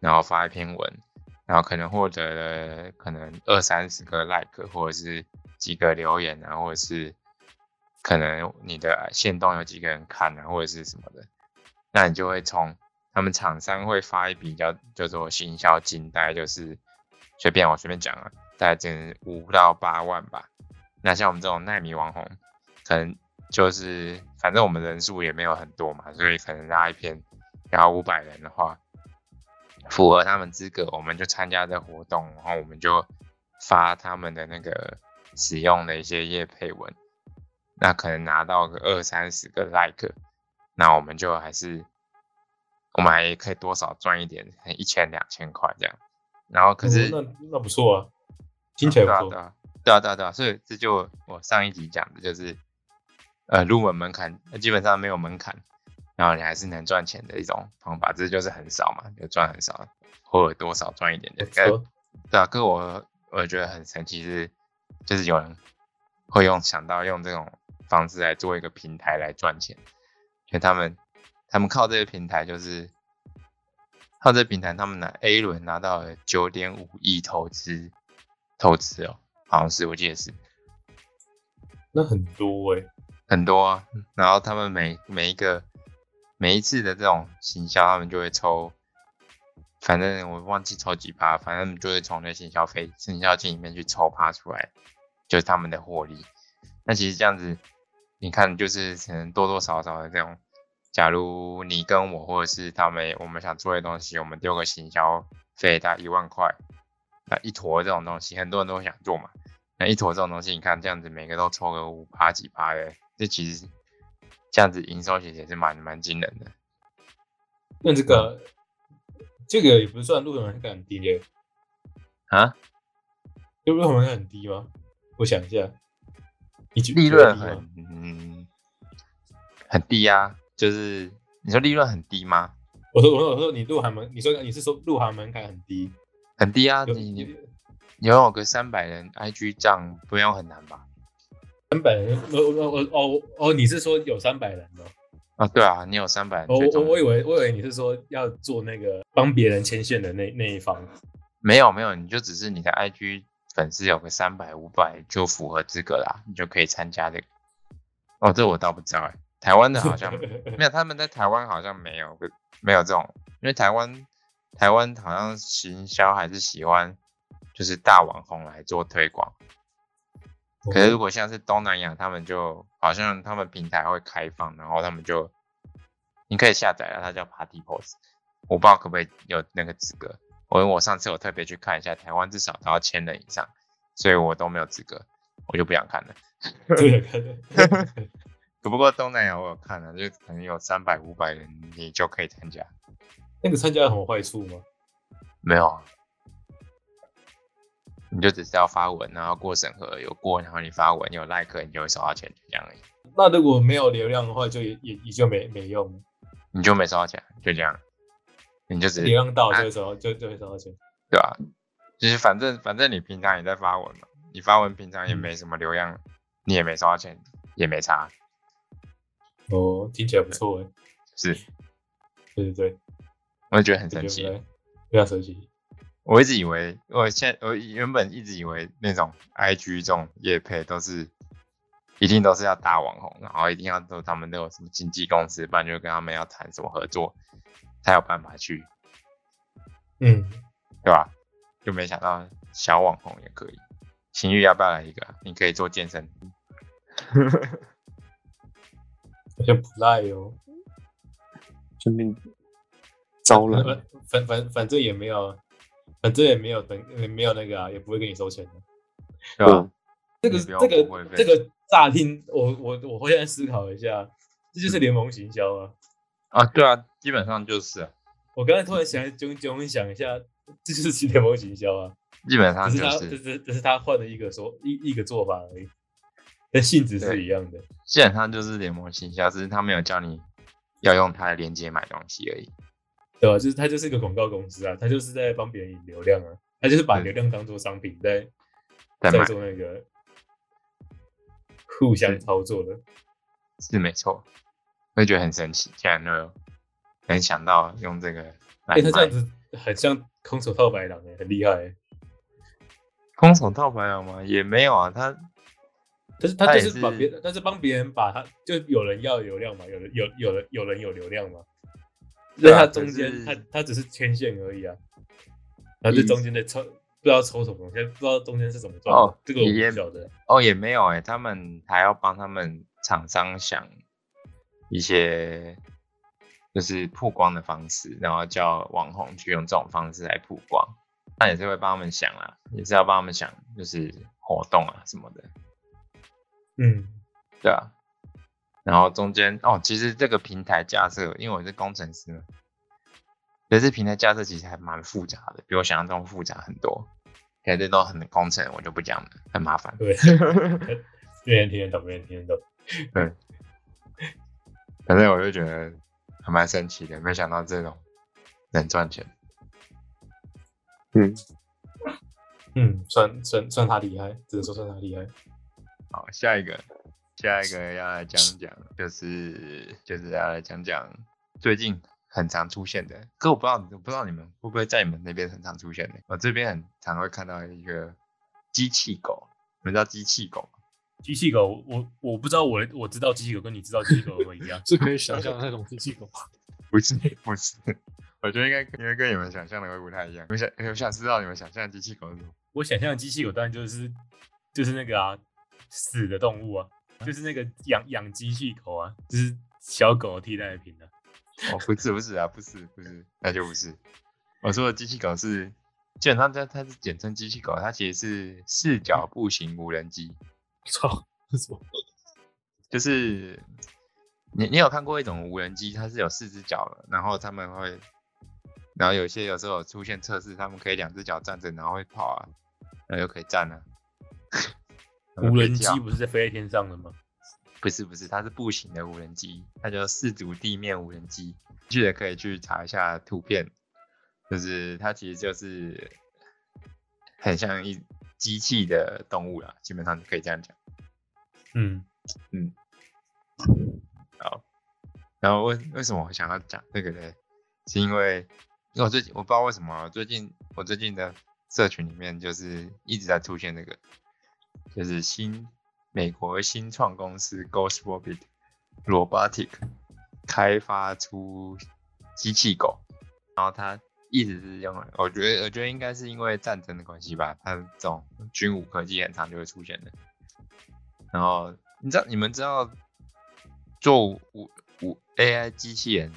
[SPEAKER 1] 然后发一篇文，然后可能获得了可能二三十个 like 或者是几个留言啊，或者是可能你的限动有几个人看啊，或者是什么的，那你就会从他们厂商会发一笔叫叫做行销金，大概就是随便我随便讲啊，大概就是五到八万吧。那像我们这种耐米网红，可能就是反正我们人数也没有很多嘛，所以可能拉一篇，然后五百人的话，符合他们资格，我们就参加这活动，然后我们就发他们的那个使用的一些业配文，那可能拿到个二三十个 like，那我们就还是我们还可以多少赚一点，可能一千两千块这样。然后可是、
[SPEAKER 2] 哦那那不错啊，听起来
[SPEAKER 1] 对啊
[SPEAKER 2] 不
[SPEAKER 1] 对
[SPEAKER 2] 错。
[SPEAKER 1] 啊，对啊，对啊，对啊，所以这就我上一集讲的，就是呃，入门门槛呃基本上没有门槛，然后你还是能赚钱的一种方法，这就是很少嘛，就赚很少，或者多少赚一点点。
[SPEAKER 2] 不错
[SPEAKER 1] 对啊，可是我我觉得很神奇是，就是有人会用想到用这种方式来做一个平台来赚钱，因为他们他们靠这个平台就是靠这个平台，他们拿 A 轮拿到了九点五亿投资投资哦，好像是我记得是
[SPEAKER 2] 那很多哎，
[SPEAKER 1] 很多啊。然后他们每每一个每一次的这种行销，他们就会抽，反正我忘记抽几趴，反正他们就会从那行销费、行销金里面去抽趴出来，就是他们的获利。那其实这样子，你看，就是可能多多少少的这种，假如你跟我或者是他们，我们想做的东西，我们丢个行销费大概一万块，那一坨这种东西，很多人都想做嘛。那一坨这种东西，你看这样子，每个都抽个五趴几趴的，这其实这样子营收其实也是蛮蛮惊人的。
[SPEAKER 2] 那这个这个也不算入门门槛很低耶，
[SPEAKER 1] 啊，
[SPEAKER 2] 因为入门门槛很低吗？我想一下，你觉
[SPEAKER 1] 利
[SPEAKER 2] 觉得
[SPEAKER 1] 润
[SPEAKER 2] 低吗
[SPEAKER 1] 很嗯很低啊，就是你说利润很低吗？
[SPEAKER 2] 我说我说我说你入行门，你说你是说入行门槛很低？
[SPEAKER 1] 很低啊，
[SPEAKER 2] 有
[SPEAKER 1] 你你拥有个三百人 IG 账不用很难吧？
[SPEAKER 2] 三百人，我我我哦哦，你是说有三百人哦？
[SPEAKER 1] 啊，对啊，你有三百人
[SPEAKER 2] 哦，
[SPEAKER 1] 追
[SPEAKER 2] 我
[SPEAKER 1] 踪
[SPEAKER 2] 我以为我以为你是说要做那个帮别人牵线的那那一方。
[SPEAKER 1] 没有没有，你就只是你的 IG 粉丝有个三百五百就符合资格啦，你就可以参加这个。哦，这我倒不知道哎、台湾的好像没有，他们在台湾好像没有没有这种，因为台湾台湾好像行销还是喜欢就是大网红来做推广。可是如果像是东南亚，他们就好像他们平台会开放，然后他们就你可以下载了，啊它叫 Party Post，我不知道可不可以有那个资格。我我上次有特别去看一下，台湾至少都要千人以上，所以我都没有资格，我就不想看了。
[SPEAKER 2] 对的，
[SPEAKER 1] 只不过东南亚我有看了、啊就可能有三百五百人，你就可以参加。
[SPEAKER 2] 那个参加有什么坏处吗？
[SPEAKER 1] 没有啊，你就只是要发文，然后过审核，有过，然后你发文有 like，你就会收到钱，就这样而已，
[SPEAKER 2] 那如果没有流量的话，就也也也就没没用了。
[SPEAKER 1] 你就没收到钱，就这样，你就只是
[SPEAKER 2] 流量到就会收到，就就会收到钱。
[SPEAKER 1] 对吧、就是反正反正你平常也在发文嘛，你发文平常也没什么流量，你也没收到钱，也没差，
[SPEAKER 2] 哦，听起来不错哎。
[SPEAKER 1] 是，
[SPEAKER 2] 对对对，
[SPEAKER 1] 我就觉得很神
[SPEAKER 2] 感觉
[SPEAKER 1] 奇
[SPEAKER 2] 不。太不要神奇。
[SPEAKER 1] 我一直以为，我现我原本一直以为那种 IG 这种业配都是一定都是要大网红，然后一定要都他们都有什么经纪公司，不然就跟他们要谈什么合作，才有办法去，
[SPEAKER 2] 嗯，
[SPEAKER 1] 对吧？就没想到小网红也可以。情欲要不要来一个？啊你可以做健身，
[SPEAKER 2] 我觉得不赖哦。
[SPEAKER 3] 顺便招
[SPEAKER 2] 反
[SPEAKER 3] 揽，
[SPEAKER 2] 反反反正也没有，反正也没有等也没有那个啊，也不会给你收钱的。
[SPEAKER 1] 对
[SPEAKER 3] 啊嗯
[SPEAKER 1] 吧？
[SPEAKER 2] 这个
[SPEAKER 1] 你不用
[SPEAKER 2] 这个
[SPEAKER 1] 误会被
[SPEAKER 2] 这个乍听，我我我会现在思考一下，这就是联盟行销啊。
[SPEAKER 1] 啊，对啊，基本上就是啊，
[SPEAKER 2] 我刚才突然想，炯炯想一下，这就是联盟行 销啊，
[SPEAKER 1] 基本上
[SPEAKER 2] 只是
[SPEAKER 1] 就
[SPEAKER 2] 他只
[SPEAKER 1] 是，
[SPEAKER 2] 是只是他换了一个说一一个做法而已，但性质是
[SPEAKER 1] 对
[SPEAKER 2] 一样的。
[SPEAKER 1] 基本上就是联盟行销，只是他没有叫你要用他的链接买东西而已。
[SPEAKER 2] 对吧、就是它就是一个广告公司啊，它就是在帮别人引流量啊，它就是把
[SPEAKER 1] 嗯
[SPEAKER 2] 流量当做商品在
[SPEAKER 1] 在
[SPEAKER 2] 在
[SPEAKER 1] 卖
[SPEAKER 2] 做那个互相
[SPEAKER 1] 对
[SPEAKER 2] 操作的。
[SPEAKER 1] 是没错，会觉得很神奇，竟然能有能想到用这个来
[SPEAKER 2] 哎、它这
[SPEAKER 1] 卖
[SPEAKER 2] 样子很像空手套白狼哎、很厉害、欸。
[SPEAKER 1] 空手套白狼吗？也没有啊，他
[SPEAKER 2] 但是它
[SPEAKER 1] 它
[SPEAKER 2] 就
[SPEAKER 1] 也
[SPEAKER 2] 是把
[SPEAKER 1] 是
[SPEAKER 2] 别，它是帮别人把它，就有人要流量嘛，有人有有人有人有流量嘛，在
[SPEAKER 1] 对啊
[SPEAKER 2] 它中
[SPEAKER 1] 可
[SPEAKER 2] 间，
[SPEAKER 1] 是
[SPEAKER 2] 它它只是牵线而已啊，然后这中间的抽不知道抽什么东西，不知道中间是怎么撞的，
[SPEAKER 1] 哦
[SPEAKER 2] 这个我
[SPEAKER 1] 也
[SPEAKER 2] 不晓得。
[SPEAKER 1] 哦也没有哎、他们还要帮他们厂商想一些就是曝光的方式，然后叫网红去用这种方式来曝光，那也是会帮他们想啊，也是要帮他们想就是活动啊什么的，
[SPEAKER 2] 嗯，
[SPEAKER 1] 对啊。然后中间哦，其实这个平台架设，因为我是工程师嘛，所以这平台架设其实还蛮复杂的，比我想象中复杂很多。感觉这都很工程，我就不讲了，很麻烦。
[SPEAKER 2] 对，没人听得懂，没人听得懂。
[SPEAKER 1] 反正我就觉得还蛮神奇的，没想到这种能赚钱。
[SPEAKER 3] 嗯，
[SPEAKER 2] 嗯，算算算他厉害，只能说算他厉害。
[SPEAKER 1] 好，下一个，下一个要来讲讲，就是就是要来讲讲最近很常出现的，可我不知道，我不知道你们会不会在你们那边很常出现的。我这边很常会看到一个机器狗，你们知道机器狗吗？
[SPEAKER 2] 机器狗，我我不知道我我知道机器狗跟你知道机器狗有没有一样
[SPEAKER 4] ？是可以想象的那种机器狗。
[SPEAKER 1] 不是，不是，我觉得应该应该跟你们想象的会不太一样。我想我想知道你们想象的机器狗是什么？
[SPEAKER 2] 我想象的机器狗当然就是就是那个啊死的动物啊，就是那个养养机器狗啊，就是小狗替代品啊。
[SPEAKER 1] 哦，不是不是啊，不是不是，那就不是。我说的机器狗是，基本上它它是简称机器狗，它其实是四脚步行无人机，
[SPEAKER 4] 操，这是什么？
[SPEAKER 1] 就是你你有看过一种无人机，它是有四只脚的，然后他们会，然后有些有时候有出现测试，他们可以两只脚站着，然后会跑啊，然后又可以站啊。然后
[SPEAKER 2] 无
[SPEAKER 1] 可以
[SPEAKER 2] 人机
[SPEAKER 1] 叫
[SPEAKER 2] 不是在飞在天上的吗？
[SPEAKER 1] 不是不是，它是步行的无人机，它叫四足地面无人机。记得可以去查一下图片，就是它其实就是很像一机器的动物啦，基本上可以这样讲。
[SPEAKER 2] 嗯，
[SPEAKER 1] 然后为为什么我想要讲这个呢？是因为因为我最近我不知道为什么啊最近我最近的社群里面就是一直在出现这个，就是新美国新创公司 Ghost Robot Robotic 开发出机器狗，然后它一直是用来，我觉得我觉得应该是因为战争的关系吧，它这种军武科技很常就会出现的。然后你知道你们知道做武武 AI 机器人，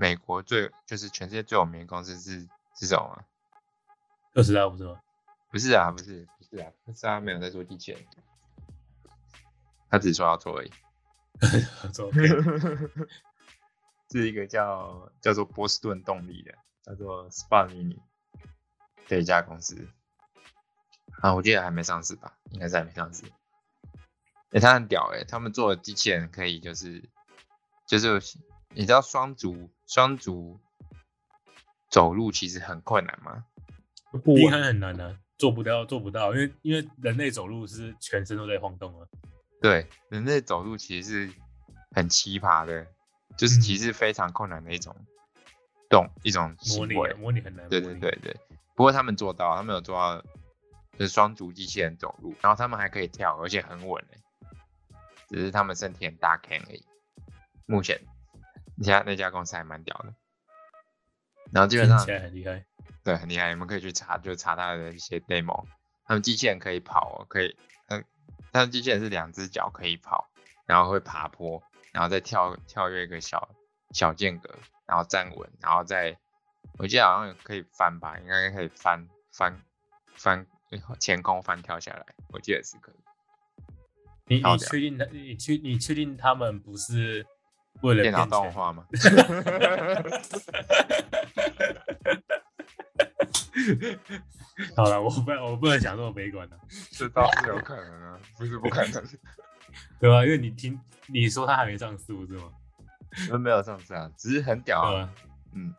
[SPEAKER 1] 美国最就是全世界最有名的公司是是什么吗？
[SPEAKER 2] 特斯拉不是吗？
[SPEAKER 1] 不是啊，不是不是啊，特斯拉没有在做机器人，他只是说要做而已。
[SPEAKER 2] 走
[SPEAKER 1] 是一个叫叫做波士顿动力的，叫做 Spa Mini 的一家公司。啊，我记得还没上市吧，应该是还没上市。哎、欸，他很屌哎、欸，他们做的机器人可以就是就是你知道双足双足走路其实很困难吗？
[SPEAKER 4] 不
[SPEAKER 2] 应
[SPEAKER 4] 稳，
[SPEAKER 2] 该很难啊，做不到，做不到，因为因为人类走路是全身都在晃动啊。
[SPEAKER 1] 对，人类走路其实是很奇葩的，就是
[SPEAKER 2] 嗯
[SPEAKER 1] 其实非常困难的一种动、一种
[SPEAKER 2] 模
[SPEAKER 1] 行
[SPEAKER 2] 拟啊
[SPEAKER 1] 为。
[SPEAKER 2] 模拟很难。
[SPEAKER 1] 对对对，对，不过他们做到，他们有做到，就是双足机器人走路，然后他们还可以跳，而且很稳诶、只是他们身体很大 can 而已。目前那家那家公司还蛮屌的，然后基
[SPEAKER 2] 听
[SPEAKER 1] 本上
[SPEAKER 2] 起来很厉害。
[SPEAKER 1] 对，很厉害，你们可以去查，就查它的一些 demo。他们机器人可以跑哦，可以，嗯，他们机器人是两只脚可以跑，然后会爬坡，然后再跳跳跃一个小小间隔，然后站稳，然后再，我记得好像可以翻吧，应该可以翻翻翻前空翻跳下来，我记得是可以。
[SPEAKER 2] 你
[SPEAKER 1] 好
[SPEAKER 2] 你
[SPEAKER 1] 的
[SPEAKER 2] 确定他？你确你确定他们不是为了
[SPEAKER 1] 电脑
[SPEAKER 2] 骗钱
[SPEAKER 1] 动画吗？
[SPEAKER 2] 好了，我不我不能讲这么悲观的、
[SPEAKER 1] 这倒是有可能啊，不是不可能。
[SPEAKER 2] 对吧、因为你听你说他还没上市，不是吗？
[SPEAKER 1] 我们没有上次啊，只是很屌
[SPEAKER 2] 对
[SPEAKER 1] 啊。
[SPEAKER 2] 吧？
[SPEAKER 1] 嗯，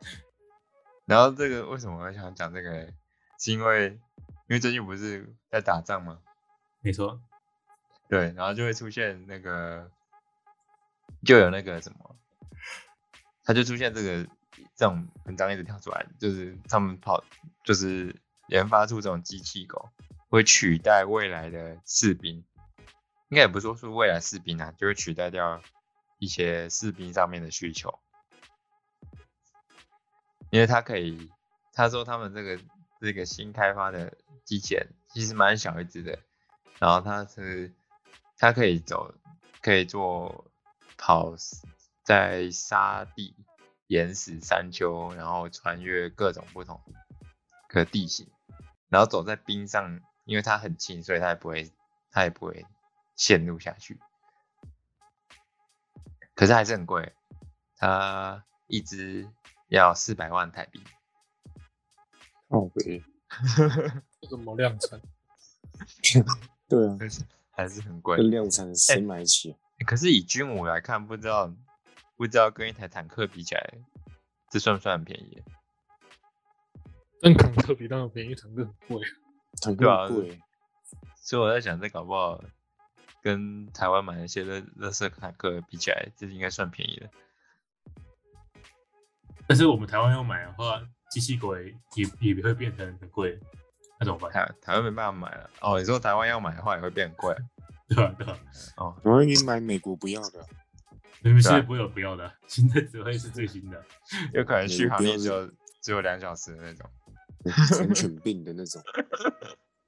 [SPEAKER 1] 然后这个为什么我想讲这个嘞？是因为因为最近不是在打仗吗？
[SPEAKER 2] 没错，
[SPEAKER 1] 对，然后就会出现那个，就有那个什么，他就出现这个这种文章一直跳出来，就是他们跑，就是研发出这种机器狗，会取代未来的士兵，应该也不是说是未来士兵啊，就会取代掉一些士兵上面的需求，因为他可以，他说他们这个这个新开发的机器人其实蛮小一只的，然后它是它可以走，可以做跑在沙地、岩石、山丘，然后穿越各种不同的地形，然后走在冰上，因为它很轻，所以它也不会它也不会陷入下去。可是还是很贵，它一只要四百万台币。
[SPEAKER 3] 靠北。
[SPEAKER 4] 这怎么量产？
[SPEAKER 3] 对啊，
[SPEAKER 1] 可是还是很贵
[SPEAKER 3] 这。量产谁买得起啊？
[SPEAKER 1] 可是以军武来看，不知道不知道跟一台坦克比起来，这算不算很便宜？
[SPEAKER 4] 但坦克比那个便宜，坦克很贵。
[SPEAKER 3] 坦克
[SPEAKER 1] 对啊
[SPEAKER 3] 很贵，
[SPEAKER 1] 所以我在想，这搞不好跟台湾买那些乐乐色坦克比起来，这应该算便宜的。
[SPEAKER 2] 但是我们台湾要买的话，机器鬼也也会变成很贵，那怎么办？
[SPEAKER 1] 台台湾没办法买了。哦，你说台湾要买的话，也会变很贵。
[SPEAKER 2] 对吧、对吧、啊
[SPEAKER 1] 哦，
[SPEAKER 3] 我会给你买美国不要的，
[SPEAKER 2] 你们现在
[SPEAKER 1] 对啊
[SPEAKER 2] 不会有不要的啊，现在只会是最新的。
[SPEAKER 1] 有可能续航力
[SPEAKER 3] 美国
[SPEAKER 1] 只
[SPEAKER 3] 标
[SPEAKER 1] 有只有两小时的那种。
[SPEAKER 3] 狂犬病的那种。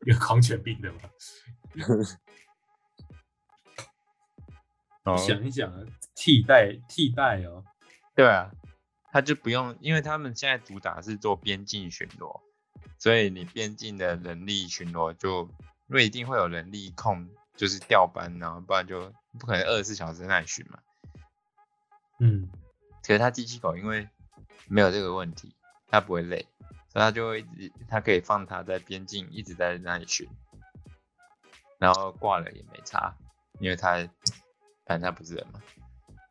[SPEAKER 2] 有狂犬病的吗？
[SPEAKER 1] 哦
[SPEAKER 2] 想一想，啊，替代替代哦，
[SPEAKER 1] 对啊，他就不用，因为他们现在主打是做边境巡逻，所以你边境的人力巡逻就，因为一定会有人力控，就是调班，然后不然就不可能二十四小时在那里巡嘛。
[SPEAKER 2] 嗯，
[SPEAKER 1] 可是它机器狗因为没有这个问题，它不会累，所以它就会一直，它可以放它在边境一直在那里巡，然后挂了也没差，因为它反正它不是人嘛，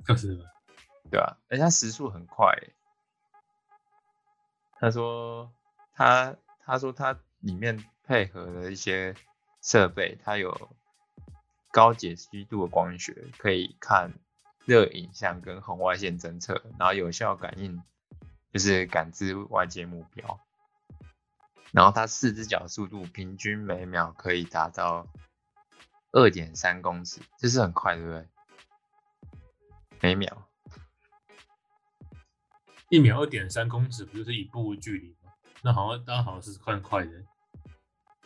[SPEAKER 2] 就是吧
[SPEAKER 1] 对吧、而且它时速很快、欸，他说他他说他里面配合的一些设备，它有高解析度的光学，可以看热影像跟红外线侦测，然后有效感应就是感知外界目标。然后它四只脚速度平均每秒可以达到二点三公尺，这是很快，对不对？每秒，
[SPEAKER 2] 一秒二点三公尺，不就是一步距离吗？那好像那好像是快快的，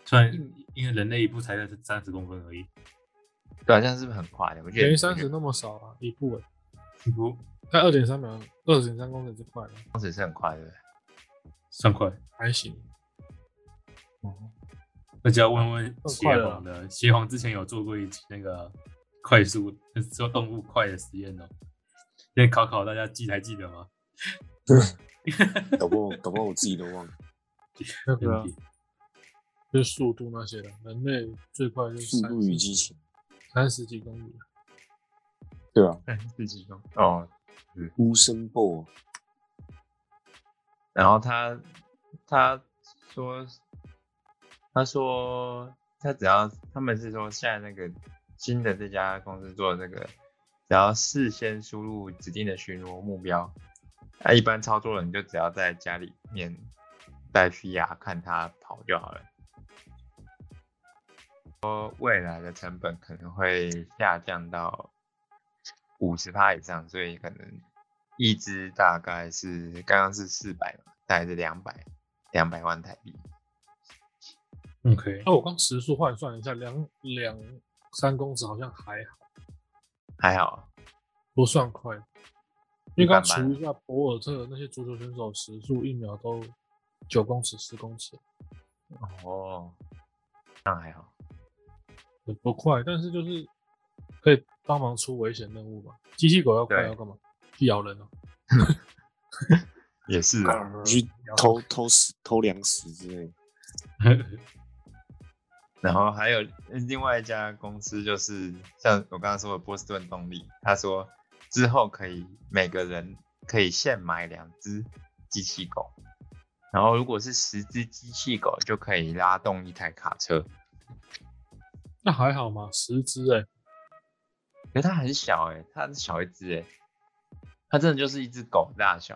[SPEAKER 2] 虽然因为人类一步才三十公分而已，
[SPEAKER 1] 对啊，这样是不是很快的？我觉
[SPEAKER 4] 等
[SPEAKER 1] 得
[SPEAKER 4] 于三十那么少啊，一步稳。
[SPEAKER 2] 一步
[SPEAKER 4] 那二点三秒，二点三公里就快了，
[SPEAKER 1] 公尺是很快，对不对？
[SPEAKER 2] 算快。
[SPEAKER 4] 还行。
[SPEAKER 2] 那就要问问
[SPEAKER 4] 算
[SPEAKER 2] 邪
[SPEAKER 4] 快了
[SPEAKER 2] 皇的，邪皇之前有做过一期那个快速就是做动物快的实验哦，先考考大家记还记得吗？
[SPEAKER 3] 搞不好，搞不好我自己都忘了。
[SPEAKER 4] 那个啊
[SPEAKER 2] 问题
[SPEAKER 4] 就是速度那些的，人类最快就是
[SPEAKER 3] 速度与激情，
[SPEAKER 4] 三十几公里，
[SPEAKER 3] 对啊，
[SPEAKER 1] 看 自己用哦。
[SPEAKER 3] 乌森布
[SPEAKER 1] 然后他他说他说他只要他们是说现在那个新的这家公司做的这个，只要事先输入指定的巡逻目标，那、一般操作人就只要在家里面带 VR 看它跑就好了。说未来的成本可能会下降到五十趴以上，所以可能一只大概是刚刚是四百嘛，大概是两百两百万台币。
[SPEAKER 2] 嗯 OK，
[SPEAKER 4] 那我刚时速换算了一下，两两三公尺好像还好，
[SPEAKER 1] 还好，
[SPEAKER 4] 不算快。因
[SPEAKER 1] 一
[SPEAKER 4] 为刚
[SPEAKER 1] 般般
[SPEAKER 4] 除一下博尔特那些足球选手时速一秒都九公尺、十公尺，
[SPEAKER 1] 哦，那还好，
[SPEAKER 4] 也不快，但是就是可以帮忙出危险任务吧。机器狗要快
[SPEAKER 1] 对
[SPEAKER 4] 要干嘛？去咬人哦、
[SPEAKER 1] 也是
[SPEAKER 4] 嗯
[SPEAKER 1] 啊，
[SPEAKER 4] 呃
[SPEAKER 3] 去偷偷食偷粮食之类的，
[SPEAKER 1] 然后还有另外一家公司，就是像我刚刚说的波士顿动力，他说之后可以每个人可以限买两只机器狗，然后如果是十只机器狗就可以拉动一台卡车，
[SPEAKER 4] 那还好嘛，十只哎、
[SPEAKER 1] 可是它很小哎、欸，它很小一只哎、欸，它真的就是一只狗大小、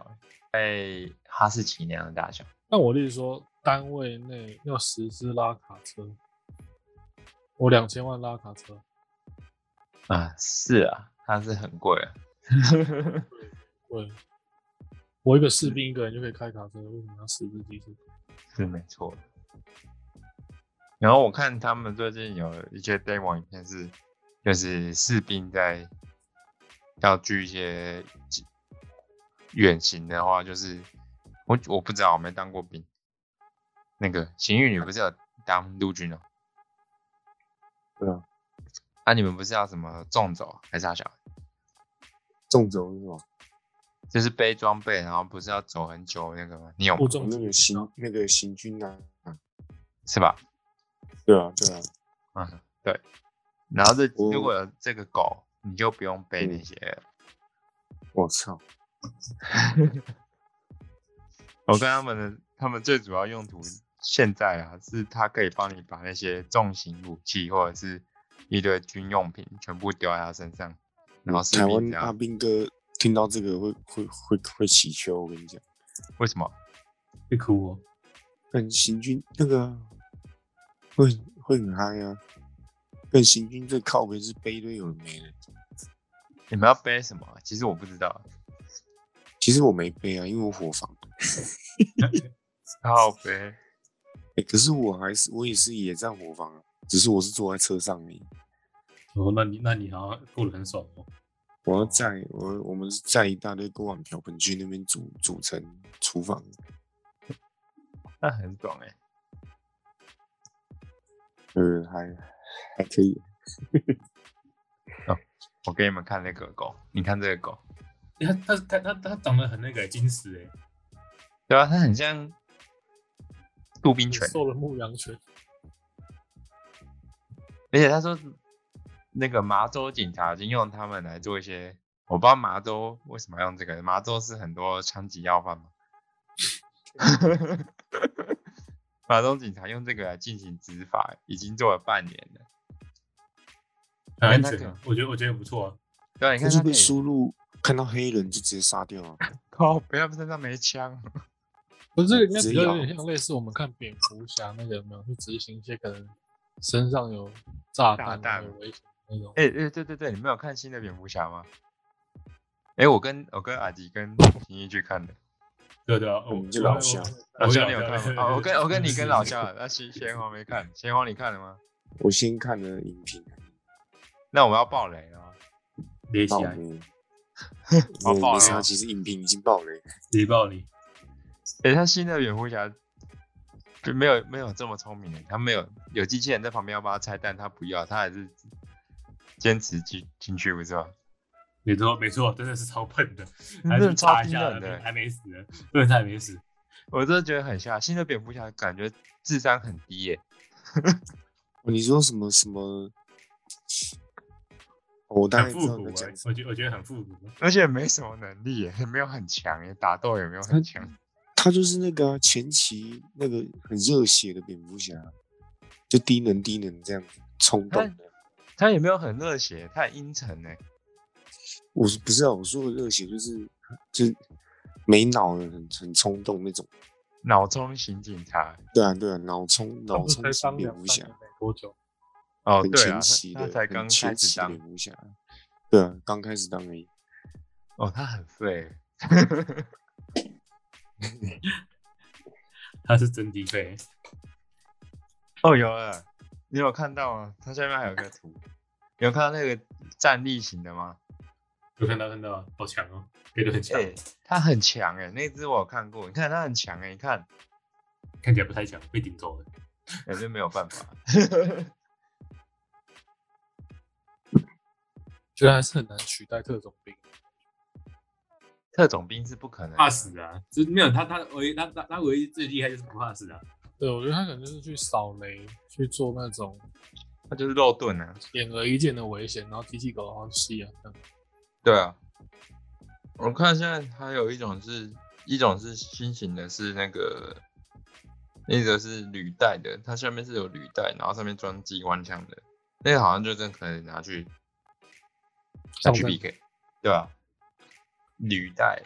[SPEAKER 1] 欸，在哈士奇那样的大小。
[SPEAKER 4] 但我例如说，单位内要十只拉卡车，我两千万拉卡车，
[SPEAKER 1] 啊，是啊，它是很贵啊。
[SPEAKER 4] 对，我一个士兵一个人就可以开卡车，为什么要十只机器？
[SPEAKER 1] 是没错。然后我看他们最近有一些 demo 影片是，就是士兵在要锯一些远行的话，就是我我不知道，我没当过兵。那个行运女不是有当陆军哦？
[SPEAKER 3] 对啊。
[SPEAKER 1] 啊，你们不是要什么纵走啊还是啥小？
[SPEAKER 3] 纵轴是什么？
[SPEAKER 1] 就是背装备，然后不是要走很久那个吗？你有
[SPEAKER 4] 我
[SPEAKER 1] 吗
[SPEAKER 4] 中
[SPEAKER 3] 那个行那个行军啊，
[SPEAKER 1] 是吧？
[SPEAKER 3] 对啊对啊，
[SPEAKER 1] 嗯，对。然后这
[SPEAKER 3] 我
[SPEAKER 1] 如果有这个狗，你就不用背
[SPEAKER 3] 嗯
[SPEAKER 1] 那些了。
[SPEAKER 3] 我操，哦
[SPEAKER 1] 我跟他们的，他们最主要用途现在啊，是它可以帮你把那些重型武器或者是一堆军用品全部丢在它身上，然后士
[SPEAKER 3] 嗯台
[SPEAKER 1] 兵
[SPEAKER 3] 湾
[SPEAKER 1] 只
[SPEAKER 3] 阿
[SPEAKER 1] 要
[SPEAKER 3] 兵哥听到这个会会会会起球，我跟你讲，
[SPEAKER 1] 为什么？
[SPEAKER 2] 会哭哦。
[SPEAKER 3] 很行军那个啊会会很嗨啊，但行军最靠北是背一堆有的没的。
[SPEAKER 1] 你们要背什么啊？其实我不知道。
[SPEAKER 3] 其实我没背啊，因为我伙房。
[SPEAKER 1] 靠背，
[SPEAKER 3] 哎、可是我还是我也是野战伙房啊，只是我是坐在车上而已。
[SPEAKER 2] 哦，那你那你好像过得很爽哦。
[SPEAKER 3] 我要在我我们是在一大堆锅碗瓢盆去那边组组成厨房，
[SPEAKER 1] 那很爽哎、
[SPEAKER 3] 呃，还还可以。
[SPEAKER 1] 我给你们看那个狗，你看这个狗，
[SPEAKER 2] 你看它它它它长得很那个金石哎，
[SPEAKER 1] 对啊吧、它很像杜宾犬，
[SPEAKER 4] 受了牧羊犬，
[SPEAKER 1] 而且他说，那个麻州警察已经用他们来做一些，我不知道麻州为什么要用这个，麻州是很多枪击要犯嘛， 麻州警察用这个来进行执法，已经做了半年了。
[SPEAKER 2] 很安
[SPEAKER 1] 那
[SPEAKER 2] 全
[SPEAKER 1] 个
[SPEAKER 2] 啊，我觉得我觉得不错啊。
[SPEAKER 1] 对啊，你
[SPEAKER 3] 他
[SPEAKER 1] 看
[SPEAKER 3] 就
[SPEAKER 1] 他
[SPEAKER 3] 被
[SPEAKER 1] 脸
[SPEAKER 3] 输入看到黑人就直接杀掉啊，
[SPEAKER 1] 靠，不要身上没枪，
[SPEAKER 4] 可是这个应该比较
[SPEAKER 3] 只咬
[SPEAKER 4] 有点像类似我们看蝙蝠侠那个有没有去执行一些可能身上有炸弹
[SPEAKER 1] 炸
[SPEAKER 4] 啊、
[SPEAKER 1] 弹
[SPEAKER 4] 有危险那种。
[SPEAKER 1] 哎、哎，对对对，你们有看新的蝙蝠侠吗？哎、我跟我跟阿迪跟婷宜去看的，
[SPEAKER 2] 对啊对啊，我
[SPEAKER 3] 我嗯们就老乡
[SPEAKER 2] 我
[SPEAKER 1] 老
[SPEAKER 2] 我
[SPEAKER 1] 肖你
[SPEAKER 2] 有
[SPEAKER 1] 有看吗？
[SPEAKER 2] 看
[SPEAKER 1] 啊，我跟我跟你跟老
[SPEAKER 2] 乡，
[SPEAKER 1] 肖，那贤贤皇没看，贤皇你看了吗？
[SPEAKER 3] 我先看了影评，
[SPEAKER 1] 那我们要爆雷了啊吗。
[SPEAKER 2] 联系
[SPEAKER 3] 爆
[SPEAKER 2] 啊，
[SPEAKER 3] 雷，
[SPEAKER 1] 好
[SPEAKER 3] 我
[SPEAKER 1] 爆
[SPEAKER 3] 没
[SPEAKER 1] 雷
[SPEAKER 3] 啥，
[SPEAKER 1] 哦
[SPEAKER 3] 其实影评已经爆雷，
[SPEAKER 2] 雷爆你，
[SPEAKER 1] 等一下，新的蝙蝠侠就没有没有这么聪明的，欸他没有有机器人在旁边要帮他拆弹，他不要，他还是坚持进进去，不是吗？
[SPEAKER 2] 没错没错，真的是超笨 的，还
[SPEAKER 1] 真
[SPEAKER 2] 是
[SPEAKER 1] 的超
[SPEAKER 2] 查一
[SPEAKER 1] 低
[SPEAKER 2] 下
[SPEAKER 1] 能的，欸
[SPEAKER 2] 还没死，真的是还没死。
[SPEAKER 1] 我真的觉得很像新的蝙蝠侠，感觉智商很低耶、欸
[SPEAKER 3] 哦你说什么什么？我当
[SPEAKER 2] 很
[SPEAKER 3] 然知道
[SPEAKER 2] 复
[SPEAKER 3] 你
[SPEAKER 2] 古、
[SPEAKER 3] 在
[SPEAKER 2] 啊
[SPEAKER 3] 讲，什
[SPEAKER 2] 我
[SPEAKER 3] 么。
[SPEAKER 2] 觉我觉得很复古。欸
[SPEAKER 1] 而且没什么能力欸耶，也没有很强耶，打斗也没有很强。
[SPEAKER 3] 他就是那个啊、前期那个很热血的蝙蝠侠，就低能低能这样冲动的。
[SPEAKER 1] 他也没有很热血，他很阴沉哎。
[SPEAKER 3] 我是不是啊？我说的热血就是就是没脑的，很很冲动那种。
[SPEAKER 1] 脑中型警察
[SPEAKER 3] 对啊对啊，脑冲
[SPEAKER 4] 他
[SPEAKER 3] 脑
[SPEAKER 4] 不是
[SPEAKER 3] 冲
[SPEAKER 4] 才
[SPEAKER 3] 型
[SPEAKER 4] 当
[SPEAKER 3] 蝙
[SPEAKER 4] 两
[SPEAKER 3] 蝠
[SPEAKER 4] 三
[SPEAKER 3] 侠
[SPEAKER 4] 年，没多久，
[SPEAKER 1] 哦，
[SPEAKER 3] 很
[SPEAKER 1] 对啊
[SPEAKER 3] 前，期
[SPEAKER 1] 他
[SPEAKER 3] 的，
[SPEAKER 1] 他才刚
[SPEAKER 3] 很前
[SPEAKER 1] 开始
[SPEAKER 3] 期的
[SPEAKER 1] 当
[SPEAKER 3] 蝙蝠侠。对啊，刚开始当而已。
[SPEAKER 1] 哦，他很废，
[SPEAKER 2] 他是真欸低配，
[SPEAKER 1] 哦，有了，你有看到吗？它下面还有个图，你有看到那个站立型的吗？
[SPEAKER 2] 有看到看到，好强哦，觉得很强，
[SPEAKER 1] 哎它很强哎、那只我有看过，你看它很强哎、你看，
[SPEAKER 2] 看起来不太强，被顶走
[SPEAKER 1] 哎
[SPEAKER 2] 了。
[SPEAKER 1] 反正没有办法。
[SPEAKER 4] 觉得还是很难取代特种兵。啊
[SPEAKER 1] 特种兵是不可能的
[SPEAKER 2] 怕死啊！就是没有他，他唯一他他他唯一最厉害就是不怕死啊！
[SPEAKER 4] 对，我觉得他可能就是去扫雷，去做那种
[SPEAKER 1] 它就是肉盾啊。
[SPEAKER 4] 显而易见的危险，然后机器狗然后吸啊，这样
[SPEAKER 1] 对啊，我看现在还有一种是，一种是新型的，是那个，那个是履带的，它下面是有履带，然后上面装机关枪的，那个好像就真的可以拿去拿
[SPEAKER 4] 上
[SPEAKER 1] 去
[SPEAKER 4] 战
[SPEAKER 1] PK，对吧、履带，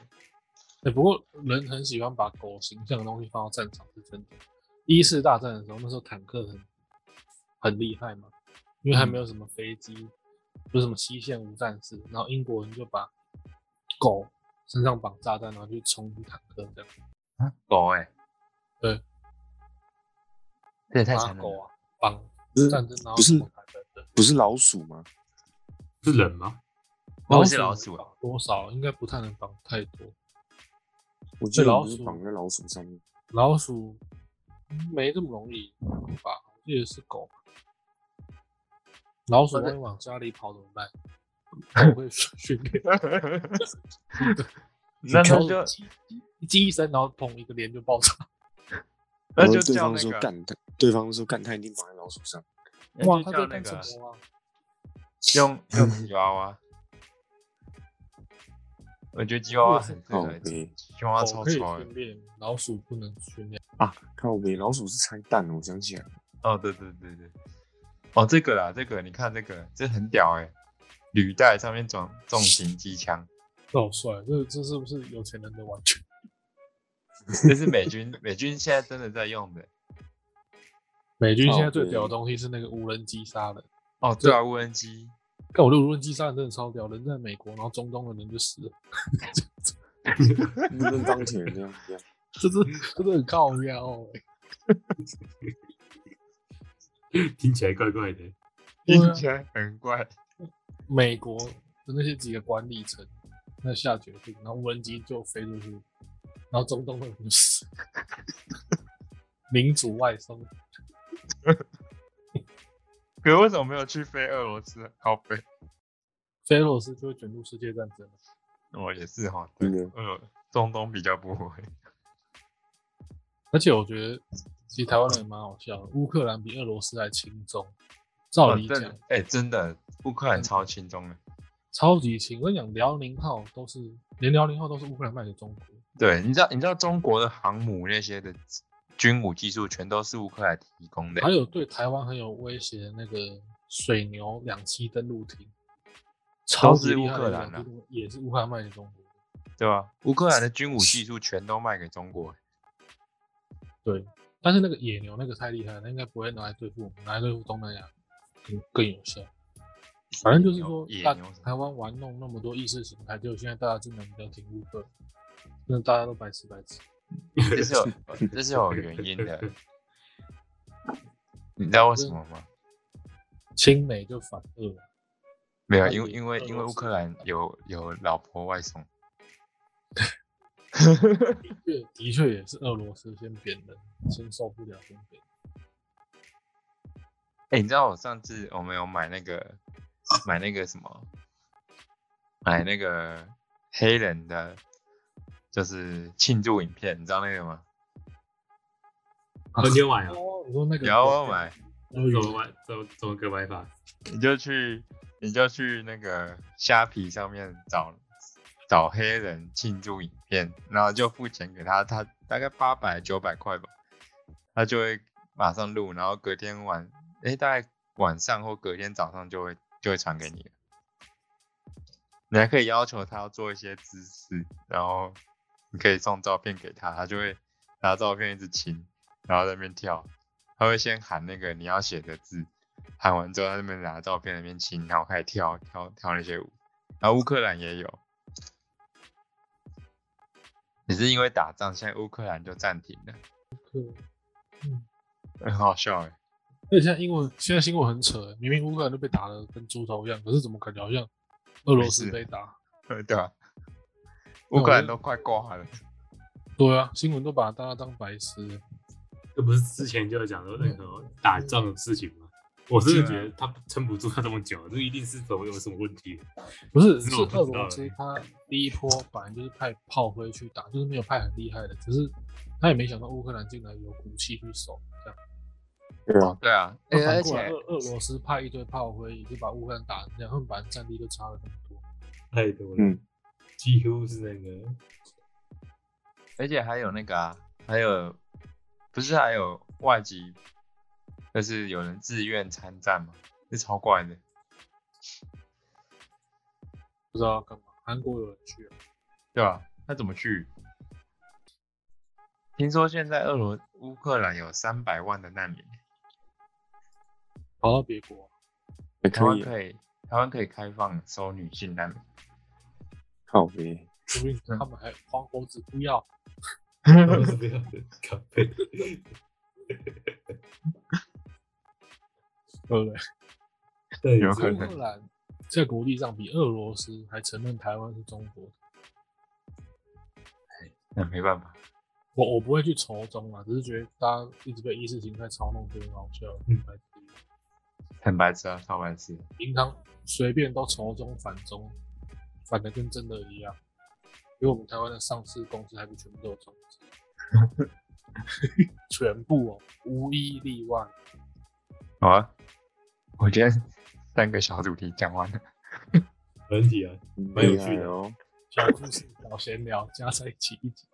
[SPEAKER 4] 哎、不过人很喜欢把狗形象的东西放到战场，是真的。一次大战的时候，那时候坦克很很厉害嘛，因为还
[SPEAKER 3] 嗯
[SPEAKER 4] 没有什么飞机，不是什么西线无战事，然后英国人就把狗身上绑炸弹，然后去冲坦克，这样
[SPEAKER 1] 狗哎、
[SPEAKER 4] 对，
[SPEAKER 1] 这也太
[SPEAKER 4] 打
[SPEAKER 1] 残忍
[SPEAKER 4] 狗
[SPEAKER 1] 了。
[SPEAKER 4] 啊，绑
[SPEAKER 3] 不是
[SPEAKER 4] 战争
[SPEAKER 1] 哦
[SPEAKER 4] 然后
[SPEAKER 3] 不是
[SPEAKER 4] 冲坦克的。
[SPEAKER 3] 不是老鼠吗？
[SPEAKER 2] 是人吗？
[SPEAKER 1] 哦是老鼠啊
[SPEAKER 4] 绑多少应该不太能绑太多，
[SPEAKER 3] 我记
[SPEAKER 4] 对
[SPEAKER 3] 得
[SPEAKER 4] 老
[SPEAKER 3] 不是
[SPEAKER 4] 鼠
[SPEAKER 3] 绑在老鼠上面。
[SPEAKER 4] 老鼠没这么容易吧？我记得是狗。老鼠
[SPEAKER 1] 哦那
[SPEAKER 4] 万一往家里跑怎么办？ 狗会训训练。
[SPEAKER 1] 那
[SPEAKER 4] 然
[SPEAKER 1] 他
[SPEAKER 4] 后
[SPEAKER 1] 就
[SPEAKER 4] 鸡鸡一声，然后砰一个脸就爆炸。
[SPEAKER 1] 那
[SPEAKER 3] 然后
[SPEAKER 1] 就
[SPEAKER 3] 对
[SPEAKER 1] 叫
[SPEAKER 3] 方
[SPEAKER 1] 那
[SPEAKER 3] 说
[SPEAKER 1] 个，
[SPEAKER 3] 干他，对方说干他一定绑在老鼠上。
[SPEAKER 1] 那
[SPEAKER 4] 哇，
[SPEAKER 1] 就
[SPEAKER 4] 他
[SPEAKER 1] 叫
[SPEAKER 4] 在
[SPEAKER 1] 那
[SPEAKER 4] 干什
[SPEAKER 1] 个
[SPEAKER 4] 么啊？
[SPEAKER 1] 用用吉娃娃。我觉得吉娃娃很适
[SPEAKER 3] 靠
[SPEAKER 1] 合，
[SPEAKER 3] 北
[SPEAKER 1] 吉娃娃
[SPEAKER 4] 狗
[SPEAKER 1] 超
[SPEAKER 4] 可以
[SPEAKER 1] 丑的。
[SPEAKER 4] 训练，老鼠不能训练。
[SPEAKER 3] 啊，靠北，老鼠是拆弹，我想起来了。
[SPEAKER 1] 哦，对对对对，哦，这个啦，这个你看这个，这很屌哎、履带上面装重型机枪，
[SPEAKER 4] 这好帅，哦这这是不是有钱人的玩具？
[SPEAKER 1] 这是美 军美军现在真的在用的。
[SPEAKER 4] 美军现在
[SPEAKER 3] 靠
[SPEAKER 4] 最
[SPEAKER 3] 北
[SPEAKER 4] 屌的东西是那个无人机杀人。
[SPEAKER 1] 哦，对啊，无人机，
[SPEAKER 4] 但我觉得无人机杀人真的超屌，人在美国，然后中东的人就死了，
[SPEAKER 3] 那跟钢铁人那样一样。
[SPEAKER 4] 这是这是很靠腰、欸。
[SPEAKER 2] 听起来怪怪的。
[SPEAKER 4] 对啊
[SPEAKER 1] 听起来很怪。
[SPEAKER 4] 美国的那些几个管理层那下决定，然后无人机就飞出去，然后中东的人就死， 民主外送，
[SPEAKER 1] 可是为什么没有去飞俄罗斯？好飞，
[SPEAKER 4] 菲罗斯就会卷入世界战争了。
[SPEAKER 1] 我哦也是哈，对
[SPEAKER 3] 真，的
[SPEAKER 1] 呃，中东比较不会。
[SPEAKER 4] 而且我觉得，其实台湾人也蛮好笑的，乌克兰比俄罗斯还轻松，照理
[SPEAKER 1] 真
[SPEAKER 4] 讲、
[SPEAKER 1] 的，哎、真的，乌克兰超轻松的。
[SPEAKER 4] 超级轻。我跟你讲，辽宁号都是连辽宁号都是乌克兰卖给中国，
[SPEAKER 1] 对，你知道，你知道中国的航母那些的军武技术全都是乌克兰提供的、
[SPEAKER 4] 还有对台湾很有威胁的那个水牛两栖登陆艇，超级厉害的两栖登陆也是乌克兰卖给中国。
[SPEAKER 1] 对吧？乌克兰的军武技术全都卖给中国、
[SPEAKER 4] 对，但是那个野牛那个太厉害了，那应该不会拿来对付我们，拿来对付东南亚更更有效。反正就是说
[SPEAKER 1] 野，
[SPEAKER 4] 大
[SPEAKER 1] 牛什么
[SPEAKER 4] 台湾玩弄那么多意识形态，就现在大家竟然比较挺乌克兰，那大家都白吃白吃。
[SPEAKER 1] 这是有这是有原因 的，你知道为什么吗？
[SPEAKER 4] 亲美就反俄了，
[SPEAKER 1] 没有，
[SPEAKER 4] 那
[SPEAKER 1] 因为
[SPEAKER 4] 你
[SPEAKER 1] 因为
[SPEAKER 4] 俄
[SPEAKER 1] 因为
[SPEAKER 4] 罗
[SPEAKER 1] 乌
[SPEAKER 4] 斯
[SPEAKER 1] 克兰有有老婆外送，
[SPEAKER 4] 对，的确也是俄罗斯先扁人，先受不了先扁。
[SPEAKER 1] 哎、你知道我上次我们有买那个买那个什么，买那个黑人的，就是庆祝影片，你知道那个吗？啊
[SPEAKER 2] 哦，今天晚 上
[SPEAKER 4] 哦，你说那个
[SPEAKER 1] 有啊我买，
[SPEAKER 2] 怎么玩？怎么怎么个玩法？
[SPEAKER 1] 你就去你就去那个虾皮上面找找黑人庆祝影片，然后就付钱给他，他大概八百九百块吧，他就会马上录，然后隔天晚，诶、大概晚上或隔天早上就会就会传给你了。你还可以要求他要做一些姿势，然后你可以送照片给他，他就会拿照片一直亲，然后在那边跳，他会先喊那个你要写的字，喊完之后，他那边拿照片那边亲，然后开始跳跳跳那些舞。然后乌克兰也有，只是因为打仗，现在乌克兰就暂停了，
[SPEAKER 4] 对
[SPEAKER 1] 很好笑哎。
[SPEAKER 4] 而且现在英文现在新闻很扯，欸明明乌克兰都被打的跟猪头一样，可是怎么感觉好像俄罗斯被打？
[SPEAKER 1] 对啊，乌克兰都快挂了。
[SPEAKER 4] 对啊，新闻都把大家当白痴。
[SPEAKER 2] 这不是之前就有讲说那
[SPEAKER 1] 嗯
[SPEAKER 2] 个打仗的事情吗？我真的觉
[SPEAKER 1] 啊
[SPEAKER 2] 得他撑不住他这么久，这一定是怎么有什么问题。
[SPEAKER 4] 不是，
[SPEAKER 2] 这
[SPEAKER 4] 是
[SPEAKER 2] 我不知
[SPEAKER 4] 俄
[SPEAKER 2] 道
[SPEAKER 4] 罗斯
[SPEAKER 2] 欸
[SPEAKER 4] 他第一波本来就是派炮灰去打，就是没有派很厉害的，可是他也没想到乌克兰竟然有骨气去守，这样。
[SPEAKER 3] 对啊，
[SPEAKER 1] 对啊，
[SPEAKER 4] 那
[SPEAKER 1] 而
[SPEAKER 4] 反过来，
[SPEAKER 1] 且
[SPEAKER 4] 俄俄罗斯派一堆炮灰，就把乌克兰打成这样，他们本来战力就差了很多。
[SPEAKER 2] 太多了，
[SPEAKER 3] 嗯，
[SPEAKER 2] 几乎是那个
[SPEAKER 1] 而且还有那个啊，还有不是还有外籍，就是有人自愿参战吗？这超怪的。
[SPEAKER 4] 不知道要干嘛。韩国有人去啊，
[SPEAKER 1] 对吧、那怎么去？听说现在俄罗乌克兰有三百万的难民，
[SPEAKER 4] 跑到别国啊、
[SPEAKER 3] 还
[SPEAKER 1] 台
[SPEAKER 3] 可
[SPEAKER 1] 湾
[SPEAKER 3] 以
[SPEAKER 1] 可以台湾可以开放收女性难 民。
[SPEAKER 3] 靠背，
[SPEAKER 4] 说不定
[SPEAKER 1] 嗯
[SPEAKER 4] 他们还黄猴子不要，
[SPEAKER 2] 都是这样的咖啡。
[SPEAKER 4] 对不对？
[SPEAKER 2] 对，
[SPEAKER 1] 有可
[SPEAKER 4] 乌
[SPEAKER 1] 能
[SPEAKER 4] 克兰在国际上比俄罗斯还承认台湾是中国的。
[SPEAKER 1] 那没办法，
[SPEAKER 4] 我我不会去仇中啊，只是觉得大家一直被意识形态操弄，觉得很好笑。
[SPEAKER 2] 嗯
[SPEAKER 4] 白痴
[SPEAKER 1] 很白痴啊，超白痴。
[SPEAKER 4] 平常随便都仇中反中，反的跟真的一样。比我们台湾的上市公司还不全部都有中资， 全部哦，无一例外。
[SPEAKER 1] 好啊，我今天 三个小主题讲完了，
[SPEAKER 2] 没问题啊，蛮有
[SPEAKER 3] 厉
[SPEAKER 2] 趣
[SPEAKER 3] 害
[SPEAKER 2] 的
[SPEAKER 3] 哦。
[SPEAKER 4] 小故事、小闲聊加在一起一起。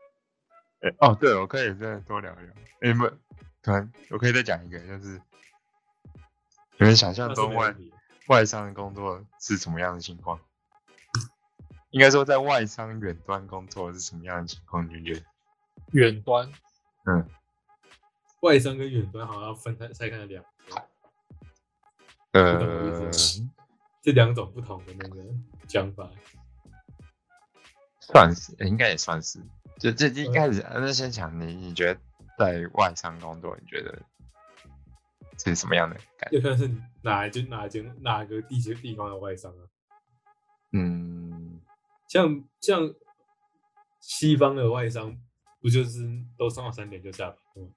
[SPEAKER 1] 诶哦，对，我可以再多聊一聊。哎、不，突然我可以再讲一个，就是你们想象
[SPEAKER 2] 那是
[SPEAKER 1] 中
[SPEAKER 2] 没
[SPEAKER 1] 外
[SPEAKER 2] 问题的。
[SPEAKER 1] 外商的工作是什么样的情况？应该说，在外商远端工作是什么样的情况？你们觉得？
[SPEAKER 4] 远端
[SPEAKER 2] 外商跟远端好像要分开拆开来两个，不懂我
[SPEAKER 1] 呃
[SPEAKER 2] 意，思吗这两种不同的那个讲法。
[SPEAKER 1] 算是，应该也算是。就这一开始，呃那先想你，你觉得在外商工作，你觉得是什么样的感觉？
[SPEAKER 2] 要看是哪一间哪一间哪个地区地方的外商啊，
[SPEAKER 1] 嗯，
[SPEAKER 2] 像像西方的外商，不就是都上到三点就下班了吗？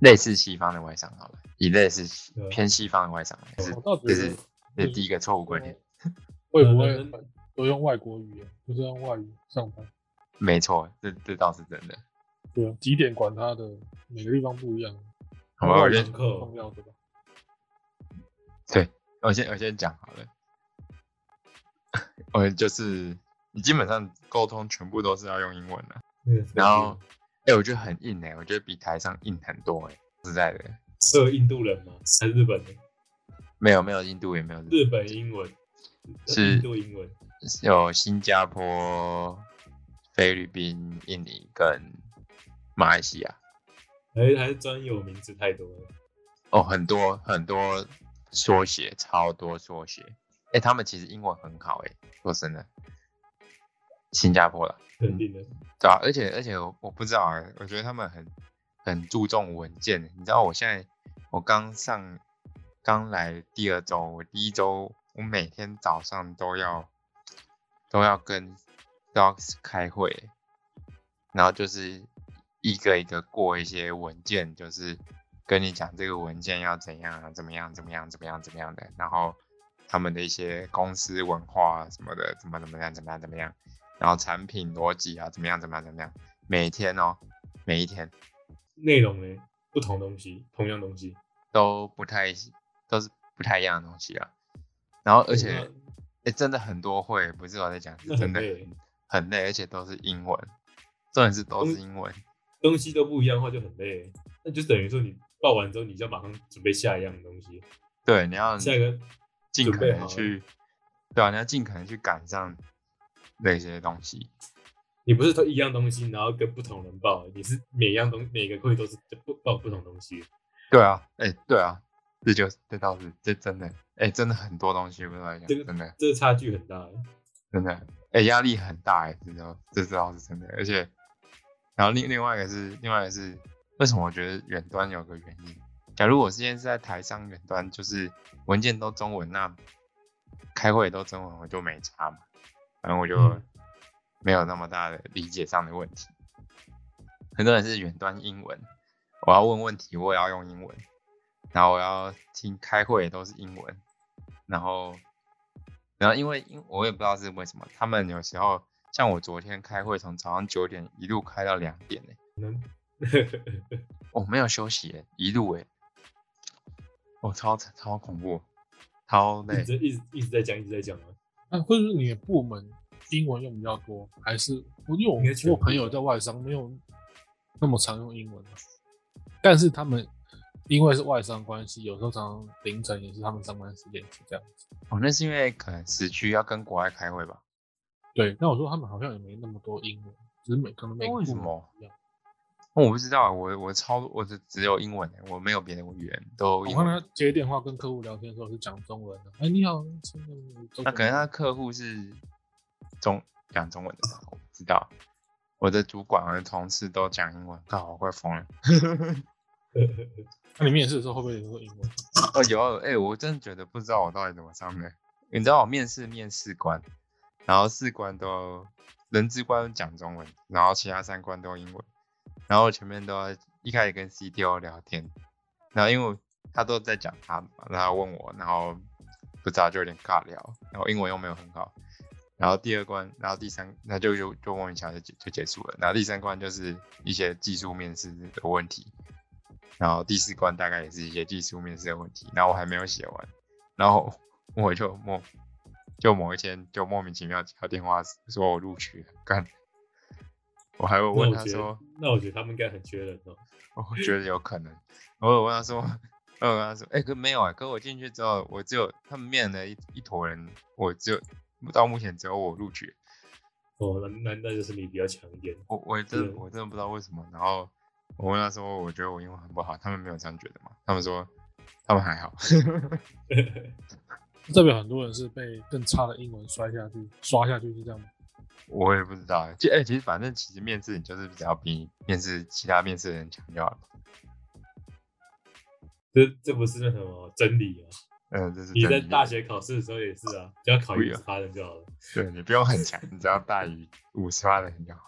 [SPEAKER 1] 类似西方的外商好了，以类似西
[SPEAKER 2] 对啊
[SPEAKER 1] 偏西方的外商来是
[SPEAKER 4] 我倒
[SPEAKER 1] 这
[SPEAKER 4] 觉
[SPEAKER 1] 是
[SPEAKER 4] 得
[SPEAKER 1] 这是第一个错误观念，
[SPEAKER 4] 会不会
[SPEAKER 2] 嗯
[SPEAKER 4] 都用外国语言，就是用外语上班？
[SPEAKER 1] 没错，这这倒是真的。
[SPEAKER 4] 对啊，几点管他的，每个地方不一样。
[SPEAKER 1] 好吧，我
[SPEAKER 4] 觉
[SPEAKER 1] 先
[SPEAKER 4] 得重要对吧？
[SPEAKER 1] 我先我先讲好了， 我就是你基本上沟通全部都是要用英文的、
[SPEAKER 2] 那个是
[SPEAKER 1] 然后，哎、我觉得很硬哎、我觉得比台上硬很多哎、实在的，
[SPEAKER 2] 是有印度人吗？还是日本人？
[SPEAKER 1] 没有没有印度也没有
[SPEAKER 2] 日本英文
[SPEAKER 1] 是
[SPEAKER 2] 印度英文，
[SPEAKER 1] 有新加坡、菲律宾、印尼跟马来西亚，
[SPEAKER 2] 还是还是专有名词太多了。
[SPEAKER 1] 哦，很多很多缩写，超多缩写。哎、他们其实英文很好哎、说真的，新加坡了。
[SPEAKER 2] 肯定的，
[SPEAKER 1] 对啊，而且而且我我不知道啊，我觉得他们很很注重文件。你知道我现在我刚上刚来第二周，我第一周我每天早上都要都要跟都要开会，然后就是一个一个过一些文件，就是跟你讲这个文件要怎样啊，怎么样怎么样怎么样怎么样的，然后他们的一些公司文化啊什么的，怎么怎么样怎么样怎么样。然后产品逻辑啊，怎么样怎么样怎么样，每天哦，每一天
[SPEAKER 2] 内容呢不同东西，同样东西，
[SPEAKER 1] 都不太都是不太一样的东西啊。然后而且
[SPEAKER 2] 对啊
[SPEAKER 1] 哎、真的很多会，不是我在讲，是真的
[SPEAKER 2] 那很累
[SPEAKER 1] 很很累，而且都是英文，重点是都是
[SPEAKER 2] 嗯
[SPEAKER 1] 英文。
[SPEAKER 2] 东西都不一样的话就很累，那就等于说你报完之后，你就要马上准备下一样东西，
[SPEAKER 1] 对，你要
[SPEAKER 2] 下一个
[SPEAKER 1] 尽
[SPEAKER 2] 准
[SPEAKER 1] 可
[SPEAKER 2] 备好
[SPEAKER 1] 能去，对啊，你要尽可能去赶上那些东西。
[SPEAKER 2] 你不是都一样东西，然后跟不同人报，你是每样东每个会都是不报不同东西。
[SPEAKER 1] 对啊，哎、对啊，这就这倒是这真的，哎、真的很多东西，不知道在讲，
[SPEAKER 2] 这个
[SPEAKER 1] 真的
[SPEAKER 2] 这个差距很大欸。
[SPEAKER 1] 真的，哎、压力很大哎、这道这知道是真的，而且，然后另另外一个是另外一个是为什么我觉得远端有个原因，假如我之前是在台上远端，就是文件都中文，那开会都中文，我就没差嘛，反正我就
[SPEAKER 2] 嗯
[SPEAKER 1] 没有那么大的理解上的问题。很多人是远端英文，我要问问题，我也要用英文，然后我要听开会也都是英文，然后，然后因为因我也不知道是为什么，他们有时候像我昨天开会，从早上九点一路开到两点呢、我、没有休息、欸，一路哎、我、超超恐怖，超
[SPEAKER 2] 一
[SPEAKER 1] 累。
[SPEAKER 2] 直一直一直在讲，一直在讲啊。
[SPEAKER 4] 那会不会你的部门英文用比较多，还是我因为
[SPEAKER 2] 应该
[SPEAKER 4] 我
[SPEAKER 2] 全
[SPEAKER 4] 我
[SPEAKER 2] 部
[SPEAKER 4] 朋友在外商没有那么常用英文、啊但是他们因为是外商关系，有时候常常凌晨也是他们上班时间是这样子。
[SPEAKER 1] 哦，那是因为可能时区要跟国外开会吧？
[SPEAKER 4] 对，那我说他们好像也没那么多英文，只是每可能每个
[SPEAKER 1] 为
[SPEAKER 4] 部
[SPEAKER 1] 什
[SPEAKER 4] 门
[SPEAKER 1] 么
[SPEAKER 4] 不一样。
[SPEAKER 1] 哦我不知道，我我超我只只有英文、欸，我没有别的语言，都
[SPEAKER 4] 我
[SPEAKER 1] 英
[SPEAKER 4] 看
[SPEAKER 1] 文。
[SPEAKER 4] 他接电话跟客户聊天的时候是讲中文的，哎、你好，真的中文
[SPEAKER 1] 那可能他客户是中讲中文的吧，我不知道。我的主管和同事都讲英文，靠，我快疯了。
[SPEAKER 4] 那你面试的时候会不会也说英文？
[SPEAKER 1] 哦，有，哎、我真的觉得不知道我到底怎么上的。你知道我面试面试官，然后士官都人资官讲中文，然后其他三官都英文，然后我前面都在一开始跟 CTO 聊天，然后因为他都在讲他嘛，然后他问我，然后不知道就有点尬聊，然后英文又没有很好，然后第二关，然后第三，那就就就莫名其妙就结就结束了，然后第三关就是一些技术面试的问题，然后第四关大概也是一些技术面试的问题，然后我还没有写完，然后我就莫就某一天就莫名其妙接到电话说我录取了，干，我还会
[SPEAKER 2] 那
[SPEAKER 1] 问
[SPEAKER 2] 我
[SPEAKER 1] 他
[SPEAKER 2] 觉
[SPEAKER 1] 说
[SPEAKER 2] 得。，那我觉得他们应该很缺人哦。
[SPEAKER 1] 我觉得有可能。我有问他说，我有问他说，哎、可没有啊、可我进去之后，我只有他们面了一一坨人，我只有到目前只有我录取，
[SPEAKER 2] 哦，那那那就是你比较强一点。
[SPEAKER 1] 我我也真的
[SPEAKER 2] 对
[SPEAKER 1] 我真的不知道为什么。然后我问他说，我觉得我英文很不好，他们没有这样觉得嘛？他们说他们还好，
[SPEAKER 4] 代表很多人是被更差的英文摔下去、刷下去，是这样吗？
[SPEAKER 1] 我也不知道。其哎、其实反正其实面试你就是只要比面试其他面试的人强就好了。
[SPEAKER 2] 这这不是那什么真理啊？
[SPEAKER 1] 嗯，这是
[SPEAKER 2] 你在
[SPEAKER 1] 真理
[SPEAKER 2] 大学考试的时候也是啊，只要考
[SPEAKER 1] 不一
[SPEAKER 2] 一
[SPEAKER 1] 样
[SPEAKER 2] 他人就好了。
[SPEAKER 1] 对你不用很强，你只要大于五十万的人就好。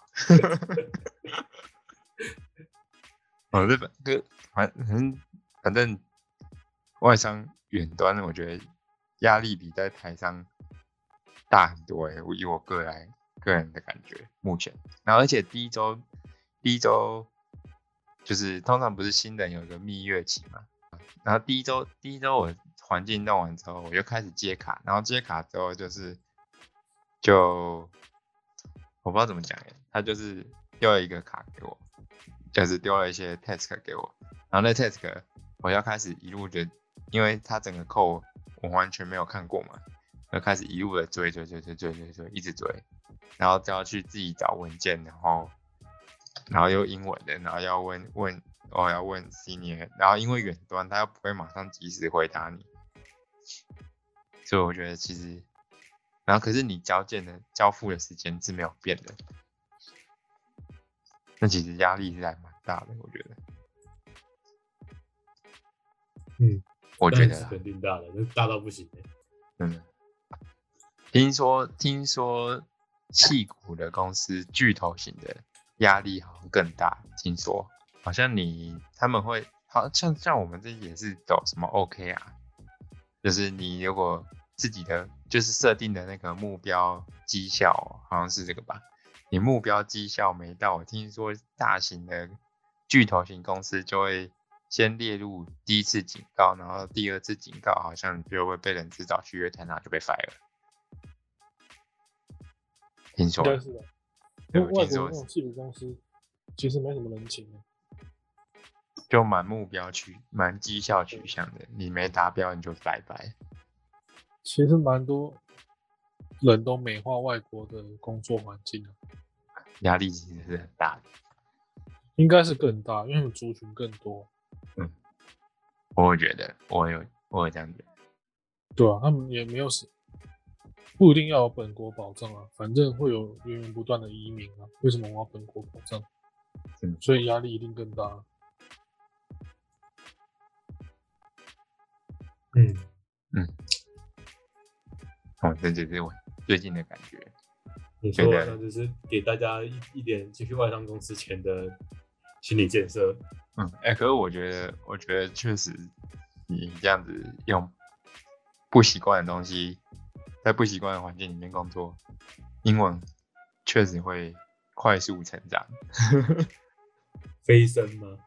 [SPEAKER 1] 哦，日本个反正嗯反正外商远端，我觉得压力比在台上大很多欸诶、我以我个来个人的感觉，目前，然后而且第一周第一周就是通常不是新人有一个蜜月期嘛，然后第一周第一周我环境弄完之后，我就开始接卡，然后接卡之后就是就我不知道怎么讲耶，欸他就是丢了一个卡给我，就是丢了一些 task 给我，然后那 task 我要开始一路的，因为他整个扣我完全没有看过嘛，就开始一路的追追追追追追追，一直追，然后就要去自己找文件，然后然后又英文的，然后要问问哦要问 senior，然后因为远端他又不会马上及时回答你，所以我觉得其实，然后可是你交件的交付的时间是没有变的，那其实压力是还蛮大的，我觉得。
[SPEAKER 2] 嗯，
[SPEAKER 1] 我觉
[SPEAKER 2] 当然
[SPEAKER 1] 得啊
[SPEAKER 2] 是
[SPEAKER 1] 啦
[SPEAKER 2] 肯定大的，那大到不行欸
[SPEAKER 1] 真的。嗯听说听说，戏骨的公司巨头型的压力好像更大。听说好像你他们会，好像像我们这也是走什么 OK 啊，就是你如果自己的就是设定的那个目标绩效，好像是这个吧？你目标绩效没到，我听说大型的巨头型公司就会先列入第一次警告，然后第二次警告好像就会被人知道去约谈，然后就被 fire 了。听说
[SPEAKER 4] 应该
[SPEAKER 1] 了，
[SPEAKER 4] 是的。
[SPEAKER 1] 对
[SPEAKER 4] 因
[SPEAKER 1] 我
[SPEAKER 4] 为外
[SPEAKER 1] 听说
[SPEAKER 4] 国那种戏服公司其实没什么人情的，
[SPEAKER 1] 就蛮目标取、蛮绩效取向的，你没达标你就拜拜。
[SPEAKER 4] 其实蛮多人都美化外国的工作环境啊，
[SPEAKER 1] 压力其实是很大的。
[SPEAKER 4] 应该是更大，因为他们族群更多，
[SPEAKER 1] 我有觉得，我有我有这样觉得。
[SPEAKER 4] 对啊，他们也没有什不一定要有本国保障啊，反正会有源源不断的移民啊，为什么我要本国保障？
[SPEAKER 1] 嗯
[SPEAKER 4] 所以压力一定更大啊。
[SPEAKER 2] 嗯，
[SPEAKER 1] 哦，这就是我最近的感觉。
[SPEAKER 2] 你说
[SPEAKER 1] 对的啊
[SPEAKER 2] 好像就是给大家一一点进去外商公司前的心理建设，
[SPEAKER 1] 嗯，哎、可是我觉得，我觉得确实，你这样子用不习惯的东西，在不习惯的环境里面工作，英文确实会快速成长，
[SPEAKER 2] 飞升吗？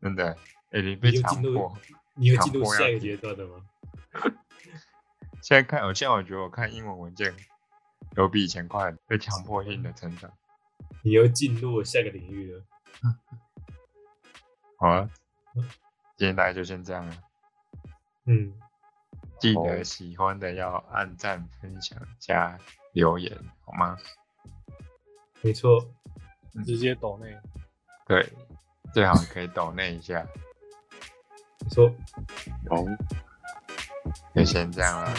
[SPEAKER 1] 真的。哎、你被
[SPEAKER 2] 你就
[SPEAKER 1] 强
[SPEAKER 2] 进入
[SPEAKER 1] 迫。
[SPEAKER 2] 你有进入
[SPEAKER 1] 强迫要
[SPEAKER 2] 下一个
[SPEAKER 1] 进
[SPEAKER 2] 阶段的吗？
[SPEAKER 1] 现在看，我现在我觉得我看英文文件有比以前快，被强迫性的成长。
[SPEAKER 2] 你又进入下一个领域了。
[SPEAKER 1] 好啊，今天大概就先这样了。
[SPEAKER 2] 嗯，
[SPEAKER 1] 记
[SPEAKER 3] 哦
[SPEAKER 1] 得喜欢的要按赞、分享、加留言，好吗？
[SPEAKER 2] 没错，
[SPEAKER 4] 直接抖内，啊
[SPEAKER 1] 对，最好可以抖那一下。
[SPEAKER 2] 没错，
[SPEAKER 3] 好，
[SPEAKER 1] 就先这样了，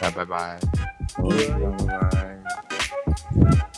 [SPEAKER 1] 那拜拜。
[SPEAKER 3] 好，拜拜。